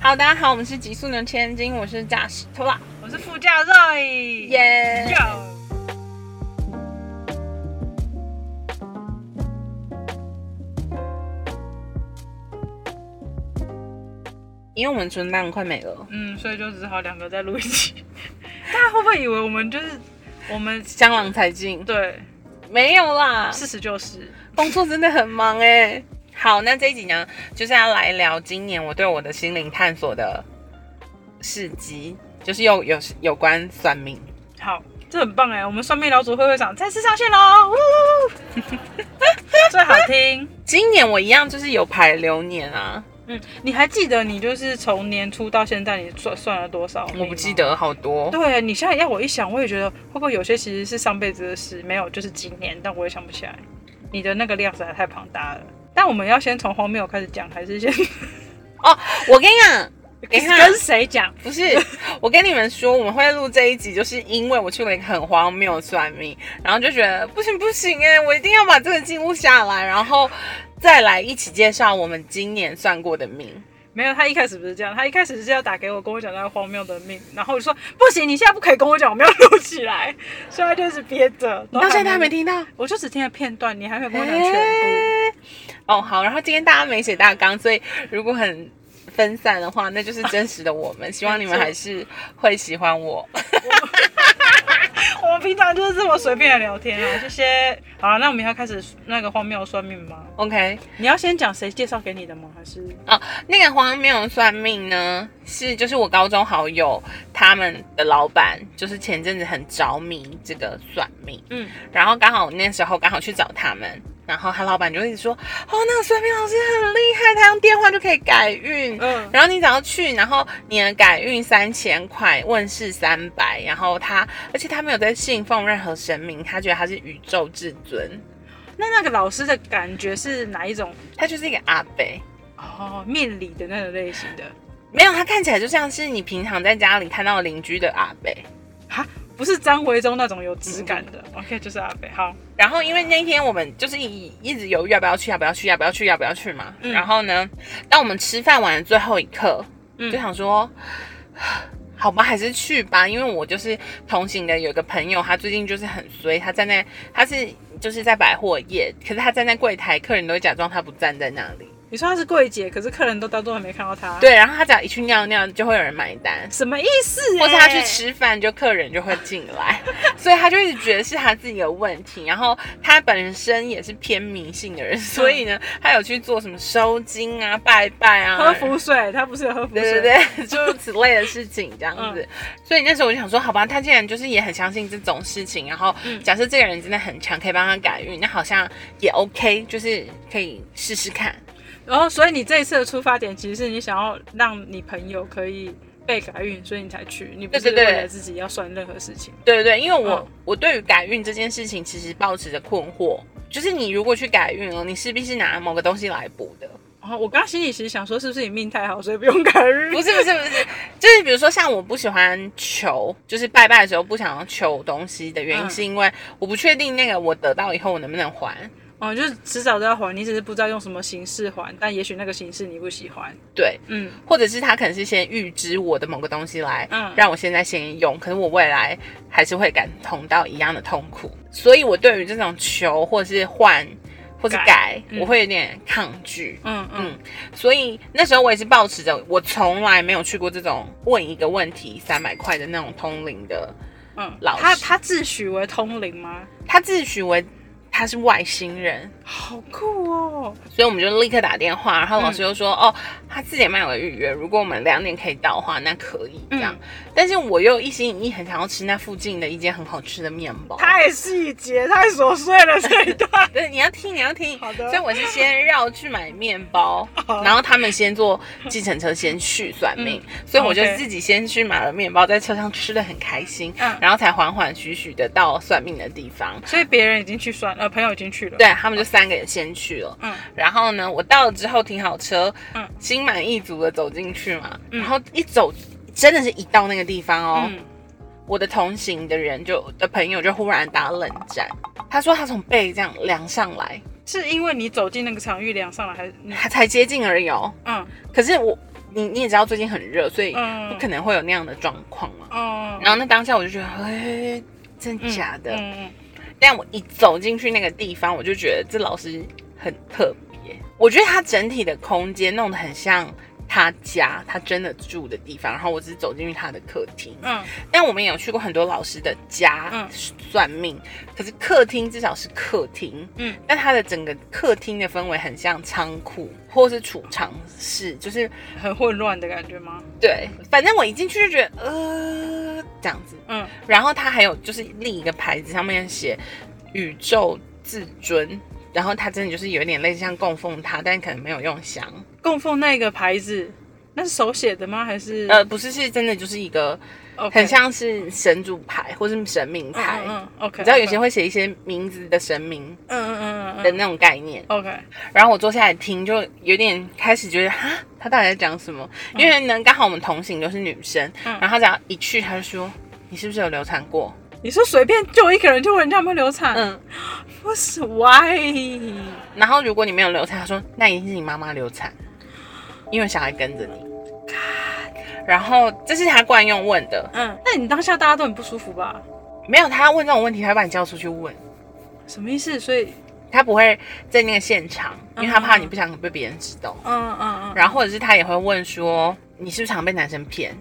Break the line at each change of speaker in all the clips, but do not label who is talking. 好，大家好，我们是极速牛千金，我是驾驶拖拉，
我是副教授耶。
耶、
Yo
因为我们存档快没了，
嗯，所以就只好两个再录一集。 大家会不会以为我们就是我们
江郎才尽，
对
没有啦，
事实就是
工作真的很忙哎、好，那这一集呢，就是要来聊今年我对我的心灵探索的事迹，就是有有有关算命。
好，这很棒哎！我们算命老祖会会长再次上线喽，呜！最好听。
今年我一样就是有排流年啊，
嗯，你还记得你就是从年初到现在你算算了多少？
我不记。得好多。
对啊你现在要我一想，我也觉得会不会有些其实是上辈子的事，没有就是今年，但我也想不起来。你的那个量实在太庞大了。但我们要先从荒谬开始讲，还 是先
哦，我跟你讲，等一下
跟谁讲？
不是，我跟你们说，我们会录这一集，就是因为我去了一个很荒谬的算命，然后就觉得不行不行哎、我一定要把这个记录下来，然后再来一起介绍我们今年算过的命。
没有，他一开始不是这样，他一开始是要打给我，跟我讲那个荒谬的命，然后我就说不行，你现在不可以跟我讲，我们要录起来，所以他就是憋着。
你到现在还 没，听到？
我就只听了片段，你还没啊有跟我讲全部。
哎哦，好，然后今天大家没写大纲，所以如果很分散的话，那就是真实的我们。希望你们还是会喜欢我。
我们平常就是这么随便的聊天啊，谢谢。好了，那我们要开始那个荒谬算命吗？
OK，
你要先讲谁介绍给你的吗？还是
哦，那个荒谬算命呢，是就是我高中好友他们的老板，就是前阵子很着迷这个算命，
嗯，
然后刚好那时候刚好去找他们，然后他老板就一直说，哦，那个算命老师很厉害，他用电话就可以改运，
嗯
然后你只要去，然后你的改运三千块，问世三百，然后他，而且他没有在信奉任何神明，他觉得他是宇宙至尊，
那那个老师的感觉是哪一种？
他就是一个阿北。
哦，面理的那种类型的，
没有，他看起来就像是你平常在家里看到邻居的阿北。
哈，不是张维忠那种有质感的。OK，就是
嗯
阿北。好，
然后因为那天我们就是一一直犹豫要不要去，要不要去，要不要去，要不要去嘛。
嗯
然后呢，当我们吃饭完的最后一刻，
嗯
就想说， 好吧，还是去吧，因为我就是同行的有一个朋友，他最近就是很衰，他站在他是就是在百货业，可是他站在柜台，客人都会假装他不站在那里。
你说她是柜姐，可是客人都当做还没看到她，，
对，然后他只要一去尿尿，就会有人买单。
什么意思、欸？
或是他去，吃饭，就客人就会进来，所以他就一直觉得是他自己的问题。然后他本身也是偏迷信的人，所以呢，他有去做什么收金啊、拜拜啊、
嗯喝符水，她不是有喝符水？
对对对， 诸如此类的事情这样
嗯
子。所以那时候我就想说，好吧，他既然就是也很相信这种事情，然后
嗯
假设这个人真的很强，可以帮他改运，那好像也 OK，就是可以试试看。
然后，所以你这一次的出发点其实是你想要让你朋友可以被改运，所以你才去，你不是
对对对
为了自己要算任何事情。
对对对，因为我、
嗯
我对于改运这件事情其实抱持着困惑，就是你如果去改运哦，你势必是拿某个东西来补的，
然后哦我刚刚心里其实想说，是不是你命太好，所以不用改运？
不是不是不 是，就是比如说像我不喜欢求，就是拜拜的时候不想要求东西的原因，
嗯
是因为我不确定那个我得到以后我能不能还。
哦，就是迟早都要还，你只是不知道用什么形式还，但也许那个形式你不喜欢。
对，
嗯，
或者是他可能是先预知我的某个东西来，
嗯
让我现在先用，可是我未来还是会感同到一样的痛苦，所以我对于这种求或是换或是改，
改嗯
我会有点抗拒。
嗯嗯，
所以那时候我也是抱持着我从来没有去过这种问一个问题三百块的那种通灵的，
嗯，
老
他
师
他自诩为通灵吗？
他自诩为他是外星人，
好酷哦！
所以我们就立刻打电话，然后老师就说、哦，他四点半有个预约，如果我们两点可以到的话，那可以这样。但是我又一心一意很想要吃那附近的一间很好吃的面包。。
太细节、太琐碎了这一段
对，你要听，你要听。
好的
所以我是先绕去买面包，然后他们先坐计程车先去算命，所以我就
嗯 OK
自己先去买了面包，在车上吃的很开心，
嗯
然后才缓缓徐徐的到算命的地方。
所以别人已经去算，呃，朋友已经去了。，
对他们就三个也先去了，
嗯，
然后呢，我到了之后停好车，
嗯
心满意足的走进去嘛，
嗯
然后一走，真的是一到那个地方哦，
嗯，
我的同行的人就的朋友就忽然打冷战，他说他从背这样量上来，
是因为你走进那个场域量上来，还是你
他才接近而已哦，
嗯
可是我你你也知道最近很热，所以
嗯
不可能会有那样的状况嘛。
嗯，
然后那当下我就觉得，哎，真假的？
嗯嗯
但我一走进去那个地方，我就觉得这老师很特别。我觉得他整体的空间弄得很像他家，他真的住的地方。然后我只是走进去他的客厅，
嗯
但我们也有去过很多老师的家、
嗯
算命，可是客厅至少是客厅，
嗯
但它的整个客厅的氛围很像仓库或是储藏室，就是
嗯，很混乱的感觉吗？
对，反正我一进去就觉得呃这样子，
嗯
然后它还有就是另一个牌子上面写宇宙至尊，然后它真的就是有点类似像供奉它，但可能没有用香，
供奉那个牌子，那是手写的吗？还是
呃，不是，是真的就是一个
OK
很像是神主牌或是神明
嗯
牌。
嗯嗯，OK，
你知道有些
会
会写一些名字的神明
嗯嗯嗯
的
嗯
那种概念，
，OK，
然后我坐下来听，就有点开始觉得哈，他到底在讲什么？因为呢，刚好我们同行都是女生，
嗯
然后他只要一去，他就说你是不是有流产过？
你说随便就一个人就问人家有没有流产，
嗯，
不是 why？嗯
然后如果你没有流产，他说那一定是你妈妈流产，因为小孩跟着你。然后这是他惯用问的，
嗯，那你当下大家都很不舒服吧？
没有他问这种问题，他会把你叫出去问，
什么意思？所以，
他不会在那个现场，因为他怕
嗯
你不想被别人知道。
嗯嗯嗯，
然后或者是他也会问说你是不是常被男生骗？
哦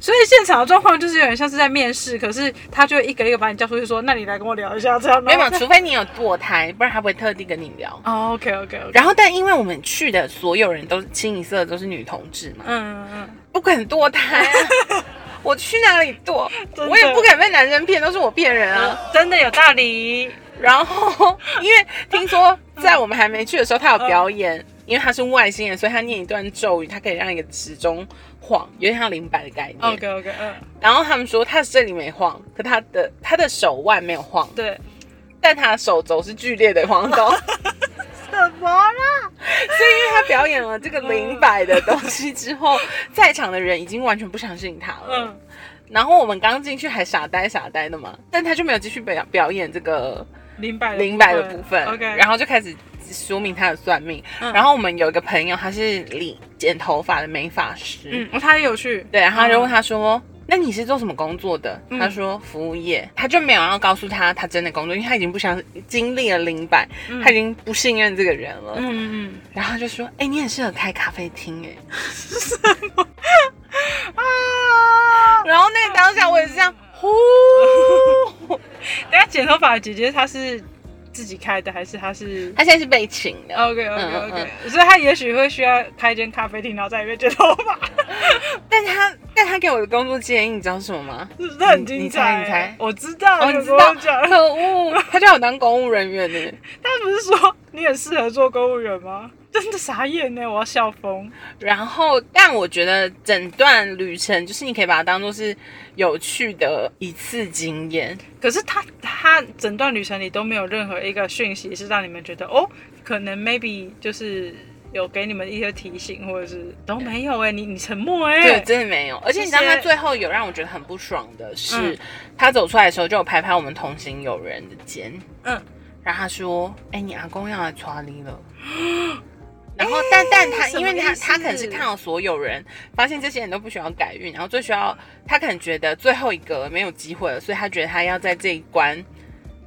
所以现场的状况就是有点像是在面试，可是他就会一个一个把你叫出去说，那你来跟我聊一下这样。
没有，
然后
除非你有堕胎，不然他不会特地跟你聊。
哦，OK OK OK，
然后，但因为我们去的所有人都是清一色的都是女同志嘛，
嗯嗯嗯。
不肯堕胎、 啊，我去哪里堕？
真的
我也不敢被男生骗，都是我骗人啊。
啊真的有道理。
然后，因为听说在我们还没去的时候，他有表演，因为他是外星人，所以他念一段咒语，他可以让一个时钟晃，有点像灵摆的概念。
OK OK，嗯，
然后他们说他这里没晃，可他的他的手腕没有晃，
对。
但他的手肘是剧烈的晃 动。
什么啦？
所以，因为他表演了这个零摆的东西之后，在场的人已经完全不相信他了。
嗯，
然后我们刚进去还傻呆傻呆的嘛，但他就没有继续表表演这个
零百
零摆的部分
OK，
然后就开始说明他的算命。
嗯
然后我们有一个朋友，他是理剪头发的美发师，
嗯，哦他也有去。
对，然后他就问
嗯
他说。那你是做什么工作的？
嗯
他说服务业，他就没有要告诉他他真的工作，因为他已经不相经历了零摆，
嗯
他已经不信任这个人了。
嗯嗯
然后他就说：“哎、你很适合开咖啡厅哎。
嗯。啊”！
然后那个当下我也是这样，
嗯
呼，
等下剪头发的姐姐她是自己开的，还是她是
他现在是被请的。
？OK
嗯嗯
OK OK，、所以她也许会需要开一间咖啡厅，然后在里面剪头发，
但他但他给我的工作建议，你知道是什么吗？
是不是很精彩？
你你猜你猜
我知道，
哦，
有
你知
跟
道，
我讲，
可恶，他叫我当公务人员呢。
她不是说你很适合做公务员吗？真的傻眼呢，我要笑疯。
然后，但我觉得整段旅程就是你可以把它当做是有趣的一次经验。
可是他他整段旅程里都没有任何一个讯息是让你们觉得哦，可能 maybe 就是有给你们一些提醒，或者是都没有哎、你你沉默哎、
嗯对，真的没有。而且你知道
这些
他最后有让我觉得很不爽的是，
嗯
他走出来的时候就有拍拍我们同行友人的肩，
嗯，
然后他说：“哎、你阿公要来抓你 了。”然后，但但他，
哎什么
因为他
意思
他可能是看到所有人，发现这些人都不需要改运，然后最需要他可能觉得最后一个没有机会了，所以他觉得他要在这一关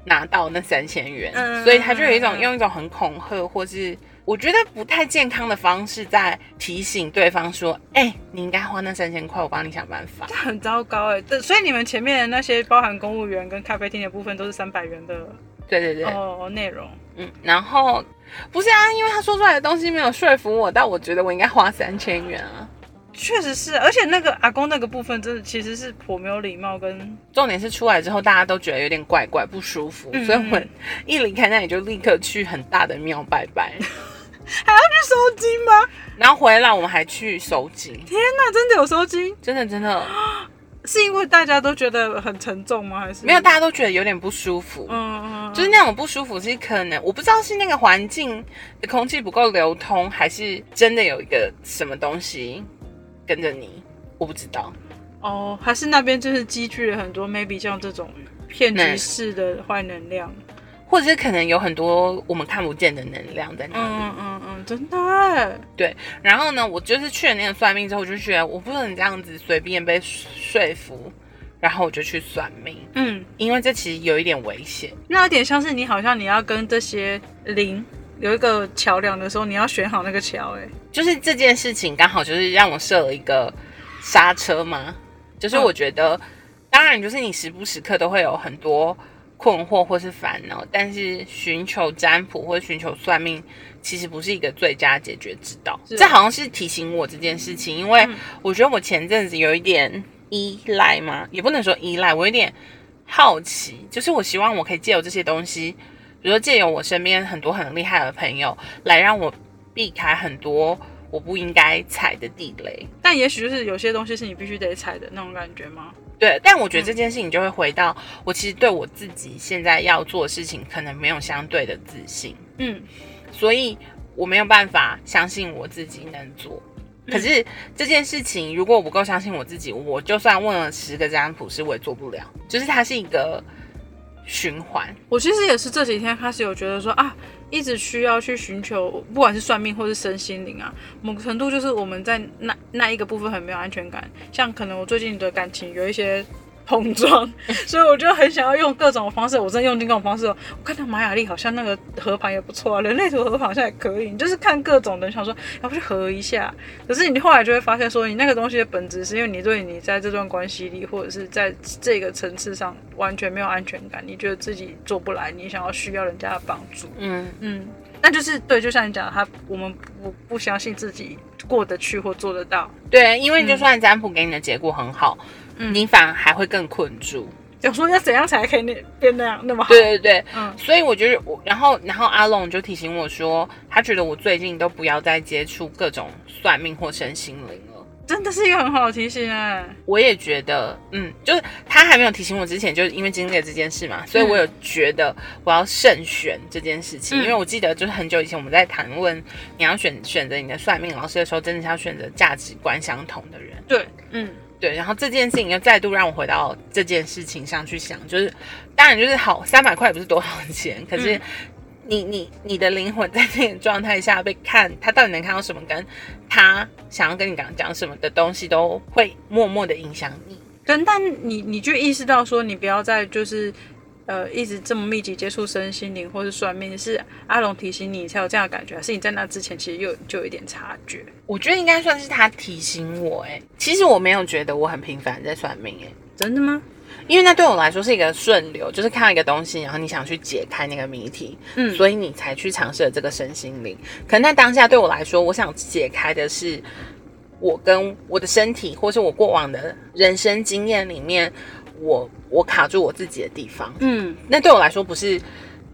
拿到那三千元，
嗯
所以他就有一种
嗯
用一种很恐吓或是我觉得不太健康的方式在提醒对方说，哎、你应该花那三千块，我帮你想办法。
很糟糕哎、对，所以你们前面的那些包含公务员跟咖啡厅的部分都是三百元的
对对对，
哦内容。
嗯，然后不是啊，因为他说出来的东西没有说服我，但我觉得我应该花三千元啊。
确实是，而且那个阿公那个部分真的其实是颇没有礼貌跟，
重点是出来之后，大家都觉得有点怪怪不舒服，
嗯
所以我一离开那里就立刻去很大的庙拜拜，
还要去收金吗？
然后回来我们还去收金，
天哪，真的有收金？
真的真的
是因为大家都觉得很沉重吗？还是
没有，大家都觉得有点不舒服，
嗯嗯嗯，
就是那种不舒服是可能我不知道是那个环境的空气不够流通，还是真的有一个什么东西跟着你，我不知道。
哦，还是那边就是积聚了很多 maybe 像这种骗局式的坏能量，
或者是可能有很多我们看不见的能量在那里。
嗯嗯嗯，真的欸，
对，然后呢，我就是去了那个算命之后，我就觉得我不能这样子随便被说服，然后我就去算命，
嗯，
因为这其实有一点危险。
那有点像是你好像你要跟这些灵有一个桥梁的时候，你要选好那个桥，哎，
就是这件事情刚好就是让我设了一个刹车嘛，就是我觉
嗯
得，当然就是你时不时刻都会有很多困惑或是烦恼，但是寻求占卜或寻求算命其实不是一个最佳解决之道。
是啊
这好像是提醒我这件事情，因为
嗯
我觉得我前阵子有一点依赖嘛，也不能说依赖，我有点好奇，就是我希望我可以借由这些东西，比如说借由我身边很多很厉害的朋友，来让我避开很多我不应该踩的地雷。
但也许就是有些东西是你必须得踩的那种感觉吗？
对，但我觉得这件事情就会回到我其实对我自己现在要做的事情，可能没有相对的自信，
嗯，
所以我没有办法相信我自己能做。可是这件事情，如果我不够相信我自己，我就算问了十个占卜师，我也做不了。就是它是一个循环，
我其实也是这几天开始有觉得说啊，一直需要去寻求，不管是算命或是身心灵啊，某个程度就是我们在那那一个部分很没有安全感。像可能我最近的感情有一些 碰撞，所以我就很想要用各种方式，我真的用尽各种方式哦。我看到玛雅历好像那个合盘也不错啊，人类图合盘好像也可以，你就是看各种的，想说要不去合一下。可是你后来就会发现说，你那个东西的本质是因为你对你在这段关系里，或者是在这个层次上完全没有安全感，你觉得自己做不来，你想要需要人家的帮助，
嗯，
嗯，那就是对，就像你讲的，他我们不不相信自己过得去或做得到，
对，因为就算占卜给你的结果很好，
嗯
你反而还会更困住。
想说要怎样才可以那变那样那么好，
对对对，
嗯
所以我就是我，然后然后阿龙就提醒我说，他觉得我最近都不要再接触各种算命或身心灵了。
真的是一个很好的提醒哎、
我也觉得，嗯，就是他还没有提醒我之前，就是因为经历了这件事嘛，所以我有觉得我要慎选这件事情，
嗯
因为我记得就是很久以前我们在谈论你要选选择你的算命老师的时候，真的是要选择价值观相同的人。
对，嗯，
对，然后这件事情又再度让我回到这件事情上去想，就是当然就是好三百块也不是多少钱，可是
嗯
你你你的灵魂在那个状态下被看，他到底能看到什么，跟他想要跟你讲讲什么的东西，都会默默的影响你。
但但你你就意识到说，你不要再就是呃一直这么密集接触身心灵或是算命，是阿龙提醒你才有这样的感觉，还是你在那之前其实又就有一点察觉？
我觉得应该算是他提醒我、欸，哎，其实我没有觉得我很频繁在算命、欸，
真的吗？
因为那对我来说是一个顺流，就是看到一个东西，然后你想去解开那个谜题，
嗯
所以你才去尝试了这个身心灵。可能在当下对我来说，我想解开的是我跟我的身体，或是我过往的人生经验里面，我我卡住我自己的地方。
嗯，
那对我来说不是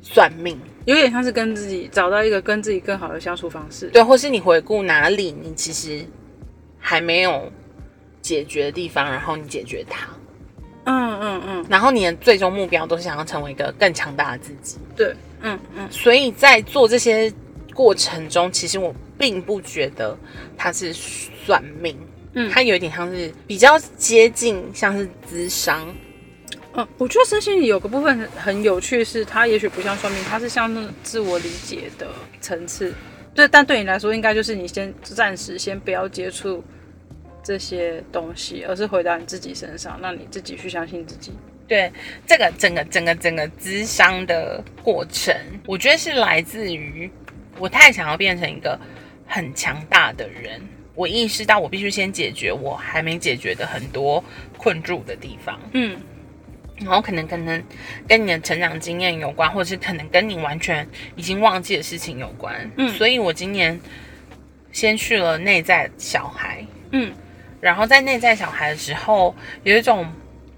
算命，
有点像是跟自己找到一个跟自己更好的相处方式。
对，或是你回顾哪里你其实还没有解决的地方，然后你解决它，
嗯嗯嗯，
然后你的最终目标都是想要成为一个更强大的自己。
对，嗯嗯，
所以在做这些过程中，其实我并不觉得它是算命，
嗯
它有点像是比较接近像是智商，
嗯，我觉得身心灵有个部分很很有趣，是它也许不像算命，它是像那种自我理解的层次。对，但对你来说，应该就是你先暂时先不要接触这些东西，而是回到你自己身上，让你自己去相信自己。
对这个整个整个整个智商的过程，我觉得是来自于我太想要变成一个很强大的人。我意识到我必须先解决我还没解决的很多困住的地方，
嗯，
然后可能可能跟你的成长经验有关，或者是可能跟你完全已经忘记的事情有关。
嗯
所以我今年先去了内在小孩，
嗯，
然后在内在小孩的时候，有一种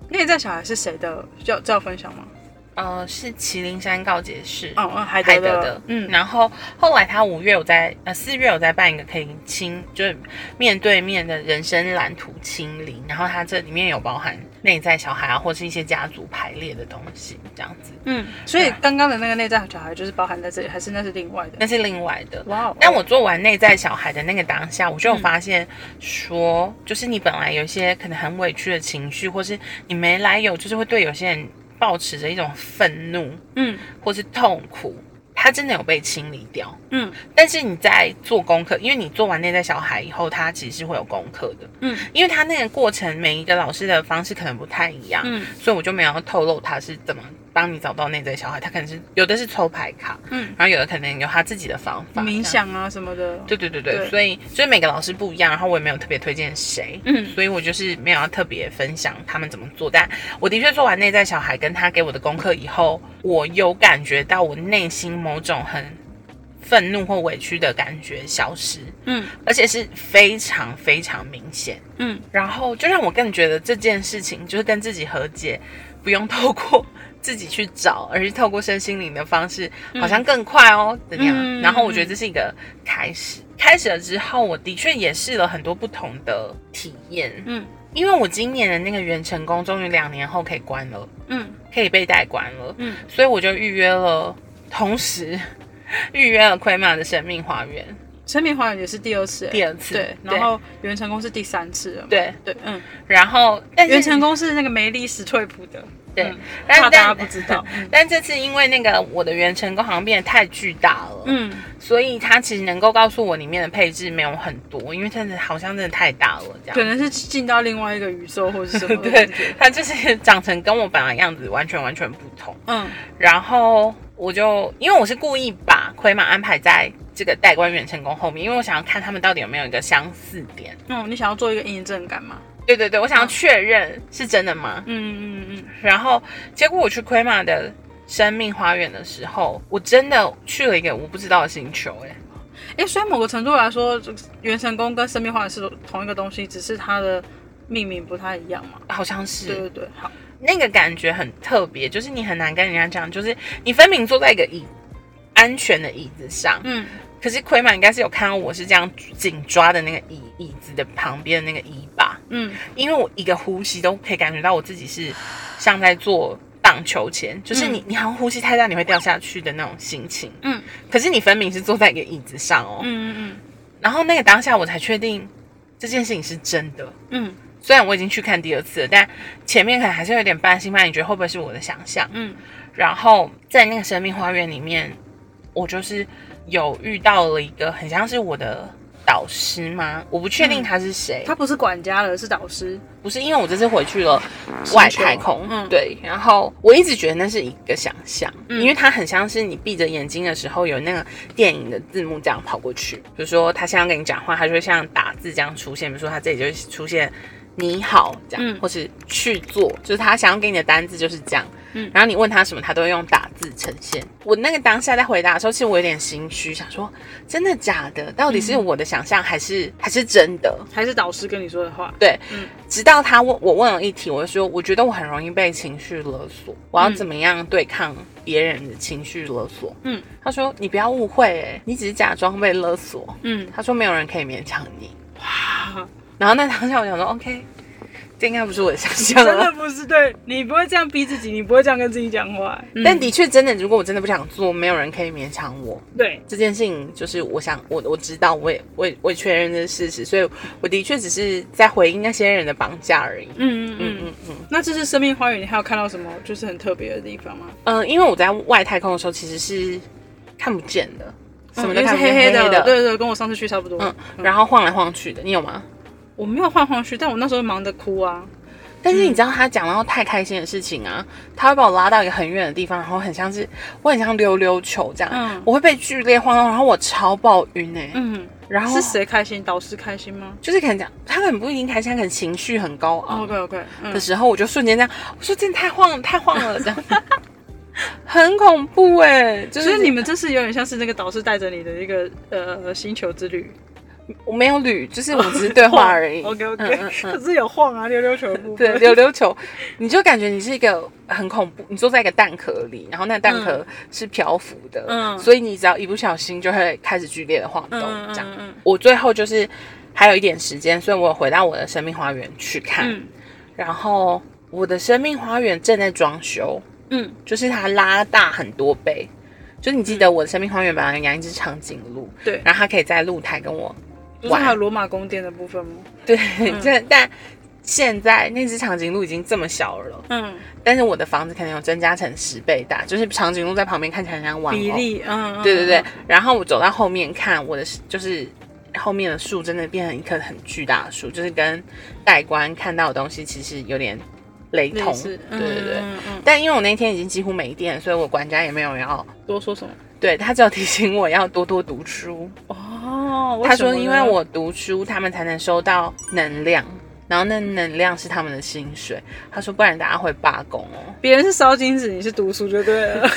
内在小孩是谁的？要这要分享吗？
呃是麒麟山告解室。
哦，嗯，海
海
德
德
的，
的，
嗯
然后后来他五月有在呃四月有在办一个可以清，就是面对面的人生蓝图清理，然后他这里面有包含内在小孩啊，或是一些家族排列的东西，这样子，
嗯，所以刚刚的那个内在小孩就是包含在这里，还是那是另外的？
啊那是另外的。
哇哦，
但我做完内在小孩的那个当下，我就有发现说，就是你本来有一些可能很委屈的情绪，或是你没来由，就是会对有些人抱持着一种愤怒
嗯
或是痛苦，它真的有被清理掉。
嗯
但是你在做功课，因为你做完内在小孩以后，它其实是会有功课的，
嗯
因为它那个过程每一个老师的方式可能不太一样，
嗯
所以我就没有要透露他是怎么帮你找到内在小孩。他可能是有的是抽牌卡，
嗯，
然后有的可能有他自己的方法，
冥。想啊什么的，
对对对对，
对
所以所以每个老师不一样，然后我也没有特别推荐谁，
嗯
所以我就是没有要特别分享他们怎么做。但我的确做完内在小孩跟他给我的功课以后，我有感觉到我内心某种很愤怒或委屈的感觉消失，
嗯
而且是非常非常明显。
嗯
然后就让我更觉得这件事情就是跟自己和解，不用透过自己去找，而是透过身心灵的方式，好像更快哦，怎样？
嗯
然后我觉得这是一个开始。开始了之后，我的确也试了很多不同的体验，
嗯
因为我今年的那个元成功终于两年后可以关了，
嗯
可以被代关了，
嗯
所以我就预约了，同时 预约了奎玛的生命花园
生命花园也是第二次欸，
第二次，
对，然后原成功是第三次了嘛，
对，
对，嗯，
然后但是哎
原成功是那个梅丽史退普的，
对，嗯
嗯
但
怕大家
但
不知 道，
但这次因为那个我的原成功好像变得太巨大了，
嗯
所以它其实能够告诉我里面的配置没有很多，因为真的好像真的太大了这样。
可能是进到另外一个宇宙或者什么的
对
感觉，，
它就是长成跟我本来样子完全完全不同。
嗯
然后我就因为我是故意把奎马安排在这个代官远成功后面，因为我想要看他们到底有没有一个相似点。嗯
嗯，你想要做一个印证感嘛？
对对对，我想要确认是真的吗？
嗯嗯嗯
然后结果我去奎马的生命花园的时候，我真的去了一个我不知道的星球、欸，
嗯，哎，所以某个程度来说，原成功跟生命花园是同一个东西，只是它的命名不太一样嘛。
好像
对
是
对对，好，
那个感觉很特别，就是你很难跟人家讲，就是你分明坐在一个椅安全的椅子上，
嗯
可是奎马应该是有看到我是这样紧抓的那个椅椅子的旁边的那个椅把，
嗯
因为我一个呼吸都可以感觉到我自己是像在做荡秋千，就是你、你好像呼吸太大你会掉下去的那种心情。
嗯
可是你分明是坐在一个椅子上哦，
嗯嗯
然后那个当下我才确定这件事情是真的。
嗯
虽然我已经去看第二次了，但前面可能还是有点半信半疑，觉得会不会是我的想象？
嗯
然后在那个生命花园里面，我就是有遇到了一个很像是我的导师吗？我不确定他是谁
嗯，，他不是管家了，是导师。
不是因为我这次回去了外太空，
星球嗯
对，然后我一直觉得那是一个想象，
嗯
因为它很像是你闭着眼睛的时候有那个电影的字幕这样跑过去，比如说他现在跟你讲话，他就会像打字这样出现，比如说他这里就会出现你好这样，
嗯
或是去做，就是他想要给你的单字就是这样，
嗯
然后你问他什么，他都会用打字呈现。我那个当下在回答的时候，其实我有点心虚，想说真的假的，到底是
嗯
我的想象还是、还是真的？
还是导师跟你说的话？
对，
嗯
直到他问我问了一题，我就说我觉得我很容易被情绪勒索，我要
嗯
怎么样对抗别人的情绪勒索？
嗯
他说你不要误会、欸，你只是假装被勒索。
嗯，
他说没有人可以勉强你。
啊
然后那当下我想说，OK，这应该不是我的想象啊
真的
了。
不是对你不会这样逼自己，你不会这样跟自己讲话。嗯
但的确，真的，如果我真的不想做，没有人可以勉强我。
对，
这件事情就是我想，我我知道，我也我也我也确认这是事实，所以我的确只是在回应那些人的绑架而已。
嗯嗯嗯
嗯嗯嗯。
那这是生命花园，你还有看到什么就是很特别的地方吗？
嗯，因为我在外太空的时候其实是看不见的，什么都
嗯因为
看
是
不见，
黑
黑
的，对对对，跟我上次去差不多。
嗯
嗯，，
然后晃来晃去的，你有吗？
我没有换晃去，但我那时候忙得哭啊。
但是你知道他讲到太开心的事情啊，他会把我拉到一个很远的地方，然后很像是我很像溜溜球这样，
嗯
我会被剧烈晃动，然后我超爆晕哎、
嗯，
然后
是？谁开心？导师开心吗
就是可能讲他很不一定开心，他可能情绪很高昂
？OK OK，嗯
的，时候，我就瞬间这样，我说真的太晃了，太晃了这 样，很恐怖哎、就是
所以你们这次有点像是那个导师带着你的一个呃星球之旅，
我没有捋，就是我只是对话而 已。
OK
嗯嗯
OK，
嗯
可是有晃啊，溜溜球的部分。
对，溜溜球，你就感觉你是一个很恐怖，你坐在一个蛋壳里，然后那蛋壳是漂浮的，
嗯
所以你只要一不小心就会开始剧烈的晃动，
嗯嗯
这样。
嗯
我最后就是还有一点时间，所以我有回到我的生命花园去看，
嗯
然后我的生命花园正在装修，
嗯
就是它拉大很多倍。就是你记得我的生命花园本来养一只长颈鹿，
对
然后它可以在露台跟我
不是还有罗马宫殿的部分吗？
对，这、但现在那只长颈鹿已经这么小了，
嗯，
但是我的房子可能有增加成十倍大，就是长颈鹿在旁边看起来很像玩偶。
比例，嗯，嗯
对对对
嗯，
然后我走到后面看，我的是就是后面的树真的变成一棵很巨大的树，就是跟盖棺看到的东西其实有点雷
类
同。
似，
对对对。
嗯嗯，
但因为我那天已经几乎没电，所以我管家也没有要，
嗯多说什么？
对他只有提醒我要多多读书。
哦，
他说
什么呢
因为我读书，他们才能收到能量，然后那能量是他们的薪水。他说不然大家会罢工哦。
别人是烧金子，你是读书就对 了，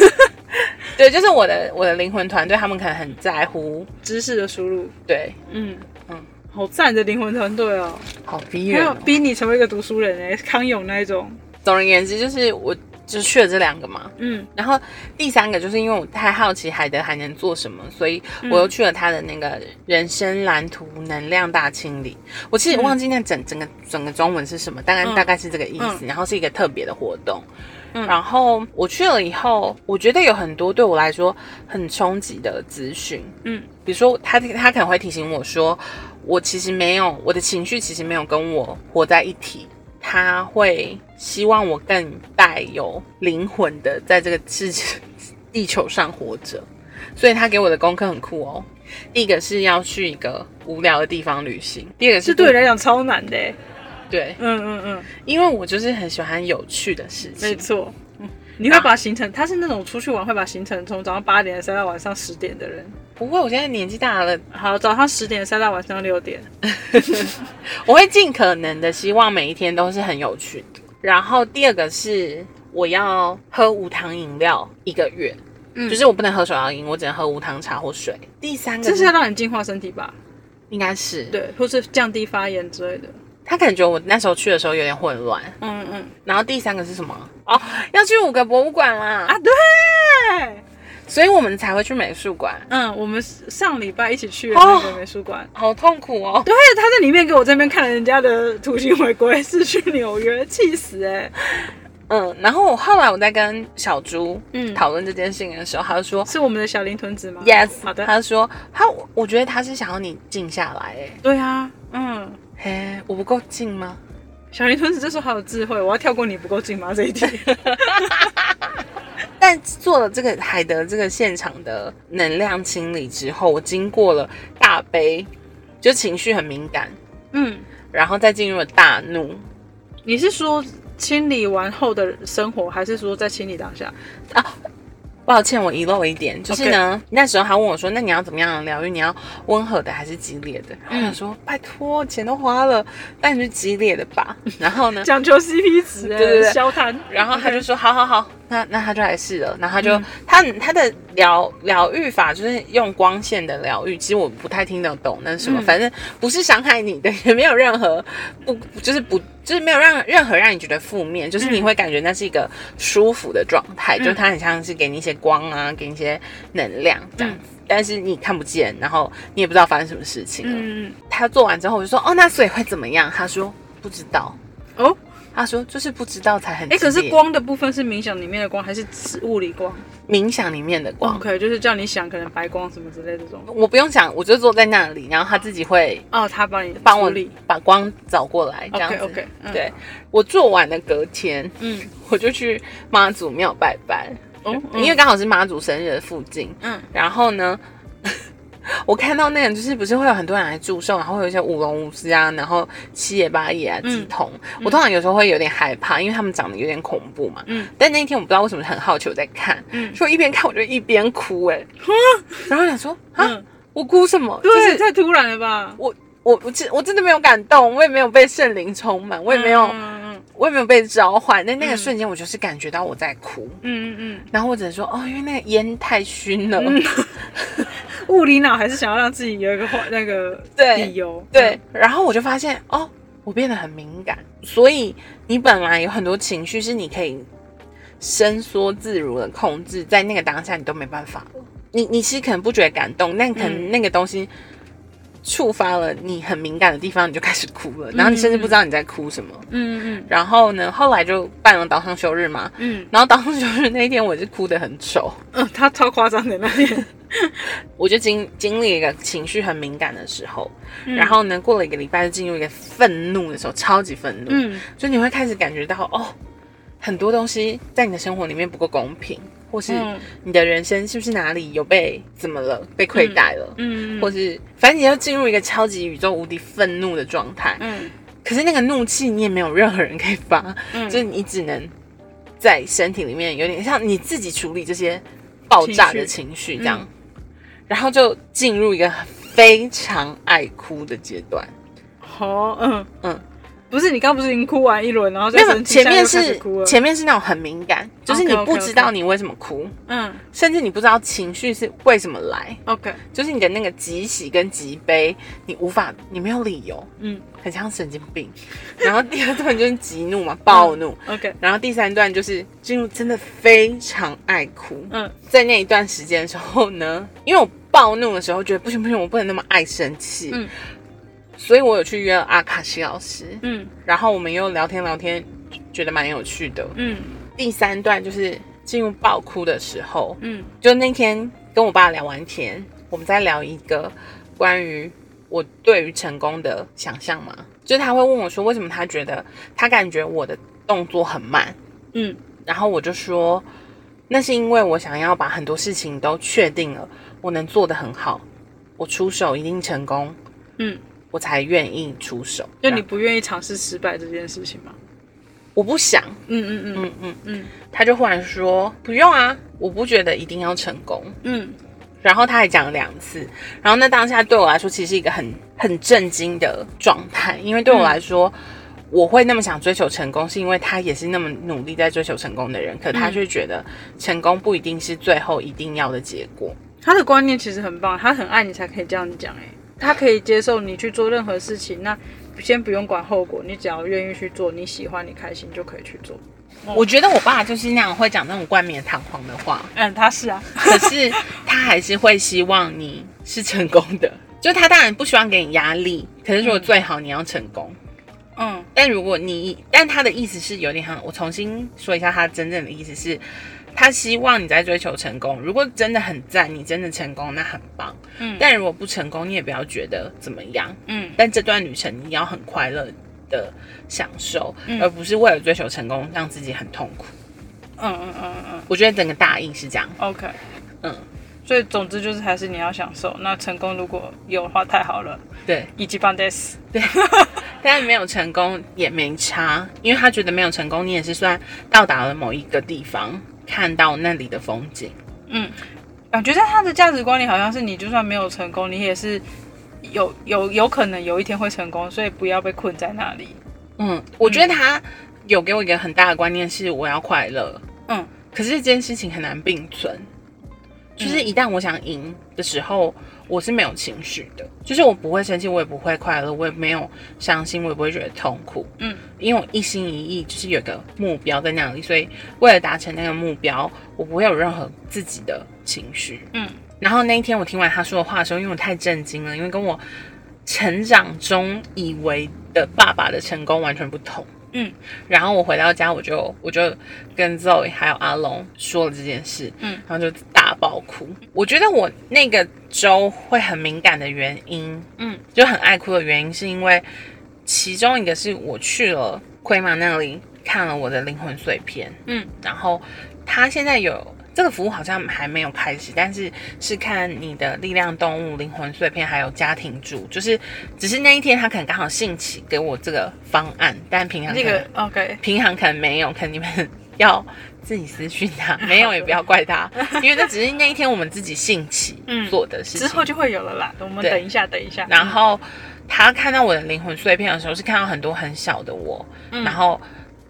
对，就是我的我的灵魂团队，他们可能很在乎。
知识的输入，
对，
嗯
嗯
嗯，好赞的灵魂团队哦，
好逼
还
人、
有
哦。
逼你成为一个读书人哎，康永那一种，
总而言之，就是我就去了这两个嘛。
嗯
然后第三个就是因为我太好奇海德还能做什么，所以我
嗯
又去了他的那个人生蓝图能量大清理。我其实忘记那整整个整个中文是什么，大概、
嗯
大概是这个意思。然后是一个特别的活动。
嗯
然后我去了以后，我觉得有很多对我来说很冲击的资讯，
嗯
比如说他他可能会提醒我说，我其实没有我的情绪其实没有跟我活在一体，他会希望我更带有灵魂的在这个世界地球上活着，所以他给我的功课很酷哦。第一个是要去一个无聊的地方旅行，第二个
这
是
对你来讲超难的哎，
对，
嗯嗯嗯，
因为我就是很喜欢有趣的事
没
情，
错。嗯你会把行程，他是那种出去玩会把行程从早上八点塞到晚上十点的人。
不过我现在年纪大了，
好，早上十点塞到晚上六点。
我会尽可能的希望每一天都是很有趣的。然后第二个是我要喝无糖饮料一个月，
嗯
就是我不能喝手摇饮，我只能喝无糖茶或水。第三个
这是
是
要让你净化身体吧？
应该是，
对，或是降低发炎之类的。
他可能觉得我那时候去的时候有点混乱。
嗯嗯
然后第三个是什么？哦，要去五个博物馆啦，
啊，对，
所以我们才会去美术馆。
嗯，我们上礼拜一起去了
哦
那个美术馆。
好痛苦哦！
对，他在里面给我这边看人家的土星回归，是去纽约，气死哎、
嗯，然后我后来我在跟小猪
嗯
讨论这件事情的时候，他就说
是我们的小林屯子吗
yes，
好的
他就说他我我觉得他是想要你静下来，哎，
对啊，嗯，
嘿，哎我不够近吗？
小林屯子这时候好有智慧，我要跳过你不够近吗这 一题？
但做了这个海德这个现场的能量清理之后，我经过了大悲，就情绪很敏感，
嗯，
然后再进入了大怒
你是说清理完后的生活，还是说在清理当下？
啊。抱歉，我遗漏了一点，就是呢那时候他问我说：“那你要怎么样的疗愈？你要温和的还是激烈的？”然后我想说：“拜托，钱都花了，那你就激烈的吧。”然后呢，
讲求 CP 值、欸，
对对对
消谈。
然后他就说：“好好好，那那他就来试了。”然后他就、
嗯
他他的疗疗愈法就是用光线的疗愈，其实我不太听得懂那是什么，
嗯
反正不是伤害你的，也没有任何不就是不就是没有让任何让你觉得负面，就是你会感觉那是一个舒服的状态，就它很像是给你一些光啊，给你一些能量这样子。但是你看不见，然后你也不知道发生什么事情了。
嗯，
他做完之后，我就说：“哦，那所以会怎么样？”他说：“不知道。
哦，”
他说：“就是不知道才很激烈。
哎、可是光的部分是冥想里面的光，还是指物理光
冥想里面的光。
？OK，就是叫你想可能白光什么之类的这种。
我不用想，我就坐在那里，然后他自己会
哦，他帮你
帮我
处理。
把光找过来，这样子。
OK OK，、嗯、，
对我做完的隔天，
嗯，
我就去妈祖庙拜拜，
哦，
因为刚啊好是妈祖生日的附近。
嗯
然后呢， 我看到那个就是不是会有很多人来祝寿，然后会有一些舞龙舞狮啊，然后七爷八爷啊、
嗯
鸡童。我通常有时候会有点害怕，因为他们长得有点恐怖嘛。
嗯
但那一天我不知道为什么很好奇，我在看，
嗯
所以我一边看我就一边哭、欸，然后我想说啊，
嗯，
我哭什么？就
对，
是
太突然了吧？
我我我真我真的没有感动，我也没有被圣灵充满，我也没有、
嗯
我也没有被召唤。那那个
嗯
瞬间，我就是感觉到我在哭，
嗯嗯
然后我只能说哦，因为那个烟太熏了。
嗯，物理脑还是想要让自己有一个话那个
对
理由。
对，然后我就发现哦，我变得很敏感，所以你本来有很多情绪是你可以伸缩自如的控制，在那个当下你都没办法了。你你其实可能不觉得感动，但可能
嗯
那个东西触发了你很敏感的地方，你就开始哭了，然后你甚至不知道你在哭什么。
嗯嗯
然后呢，后来就办了岛上休日嘛，
嗯
然后岛上休日那一天我是哭得很丑，
嗯，他超夸张的那天，
我就经经历一个情绪很敏感的时候，
嗯
然后呢，过了一个礼拜就进入一个愤怒的时候，超级愤怒，
嗯，
所以你会开始感觉到哦，很多东西在你的生活里面不够公平，或是
嗯
你的人生是不是哪里有被怎么了，被亏待了，
嗯
或是反正你要进入一个超级宇宙无敌愤怒的状态，
嗯
可是那个怒气你也没有任何人可以发，
嗯
就是你只能在身体里面有点像你自己处理这些爆炸的情绪这样，
嗯
然后就进入一个非常爱哭的阶段。
好，嗯
嗯
嗯，不是你刚刚不是已经哭完一轮，然后再
没有，
生气
前面
现在又开
是
始哭了，哦
前面是那种很敏感，就是你
OK，OK，OK
不知道你为什么哭
嗯
甚至你不知道情绪是为什么来，
，OK，
就是你的那个极喜跟极悲，你无法，你没有理由，
嗯
很像神经 病。然后第二段就是极怒嘛，暴怒。
，OK，
然后第三段就是进入真的非常爱哭，
嗯
在那一段时间的时候呢，因为我暴怒的时候觉得不行不行，我不能那么爱生气，
嗯
所以我有去约了阿卡西老师，
嗯
然后我们又聊天聊天，觉得蛮有趣的。
嗯
第三段就是进入爆哭的时候，
嗯
就那天跟我爸聊完天，我们在聊一个关于我对于成功的想象嘛，就是他会问我说，为什么他觉得他感觉我的动作很慢，
嗯
然后我就说，那是因为我想要把很多事情都确定了，我能做得很好，我出手一定成功，
嗯，
我才愿意出手。
就你不愿意尝试失败这件事情吗？
我不想，
嗯嗯
嗯嗯，
嗯
他就忽然说不用啊，我不觉得一定要成功。
嗯
然后他还讲了两次，然后那当下对我来说其实是一个很很震惊的状态，因为对我来说，我会那么想追求成功，是因为他也是那么努力在追求成功的人，可他却觉得成功不一定是最后一定要的结果。
嗯，他的观念其实很棒，他很爱你才可以这样讲，哎，他可以接受你去做任何事情，那先不用管后果，你只要愿意去做，你喜欢你开心就可以去做。
我觉得我爸就是那样会讲那种冠冕堂皇的话，
嗯，他是啊，
可是他还是会希望你是成功的。就他当然不希望给你压力，可是如果最好你要成功。
嗯
但如果你，但他的意思是有点像，我重新说一下，他真正的意思是，他希望你在追求成功。如果真的很赞，你真的成功，那很棒。
嗯
但如果不成功，你也不要觉得怎么样。
嗯
但这段旅程你要很快乐的享受，
嗯
而不是为了追求成功让自己很痛苦。
嗯嗯嗯嗯
我觉得整个大意是这样。
，OK。
嗯，
所以总之就是还是你要享受。那成功如果有的话太好了，
对。
以及 b a n d e s
但没有成功也没差，因为他觉得没有成功，你也是算到达了某一个地方，看到那里的风景。
感觉在他的价值观里好像是你就算没有成功，你也是有有有可能有一天会成功，所以不要被困在那里。
嗯，我觉得他有给我一个很大的观念是我要快乐，
嗯
可是这件事情很难并存。就是
嗯
一旦我想赢的时候，我是没有情绪的，就是我不会生气，我也不会快乐，我也没有伤心，我也不会觉得痛苦，
嗯
因为我一心一意就是有个目标在那里，所以为了达成那个目标，我不会有任何自己的情绪。
嗯
然后那一天我听完他说的话的时候，因为我太震惊了，因为跟我成长中以为的爸爸的成功完全不同。
嗯，
然后我回到家，我就我就跟 Zoe 还有阿龙说了这件事，
嗯，
然后就大爆哭。我觉得我那个周会很敏感的原因，
嗯，
就很爱哭的原因，是因为其中一个是我去了奎玛那里看了我的灵魂碎片，
嗯
然后他现在有这个服务好像还没有开始，但是是看你的力量动物、灵魂碎片还有家庭柱，就是只是那一天他可能刚好兴起给我这个方案，但平常可
这
能
个 OK。
平常可能没有，可能你们 要自己私讯他，没有也不要怪 他，因为那只是那一天我们自己兴起
嗯
做的事情。
之后就会有了啦，我们
对
等一下，等一下。
然后他看到我的灵魂碎片的时候，是看到很多很小的我，
嗯，
然后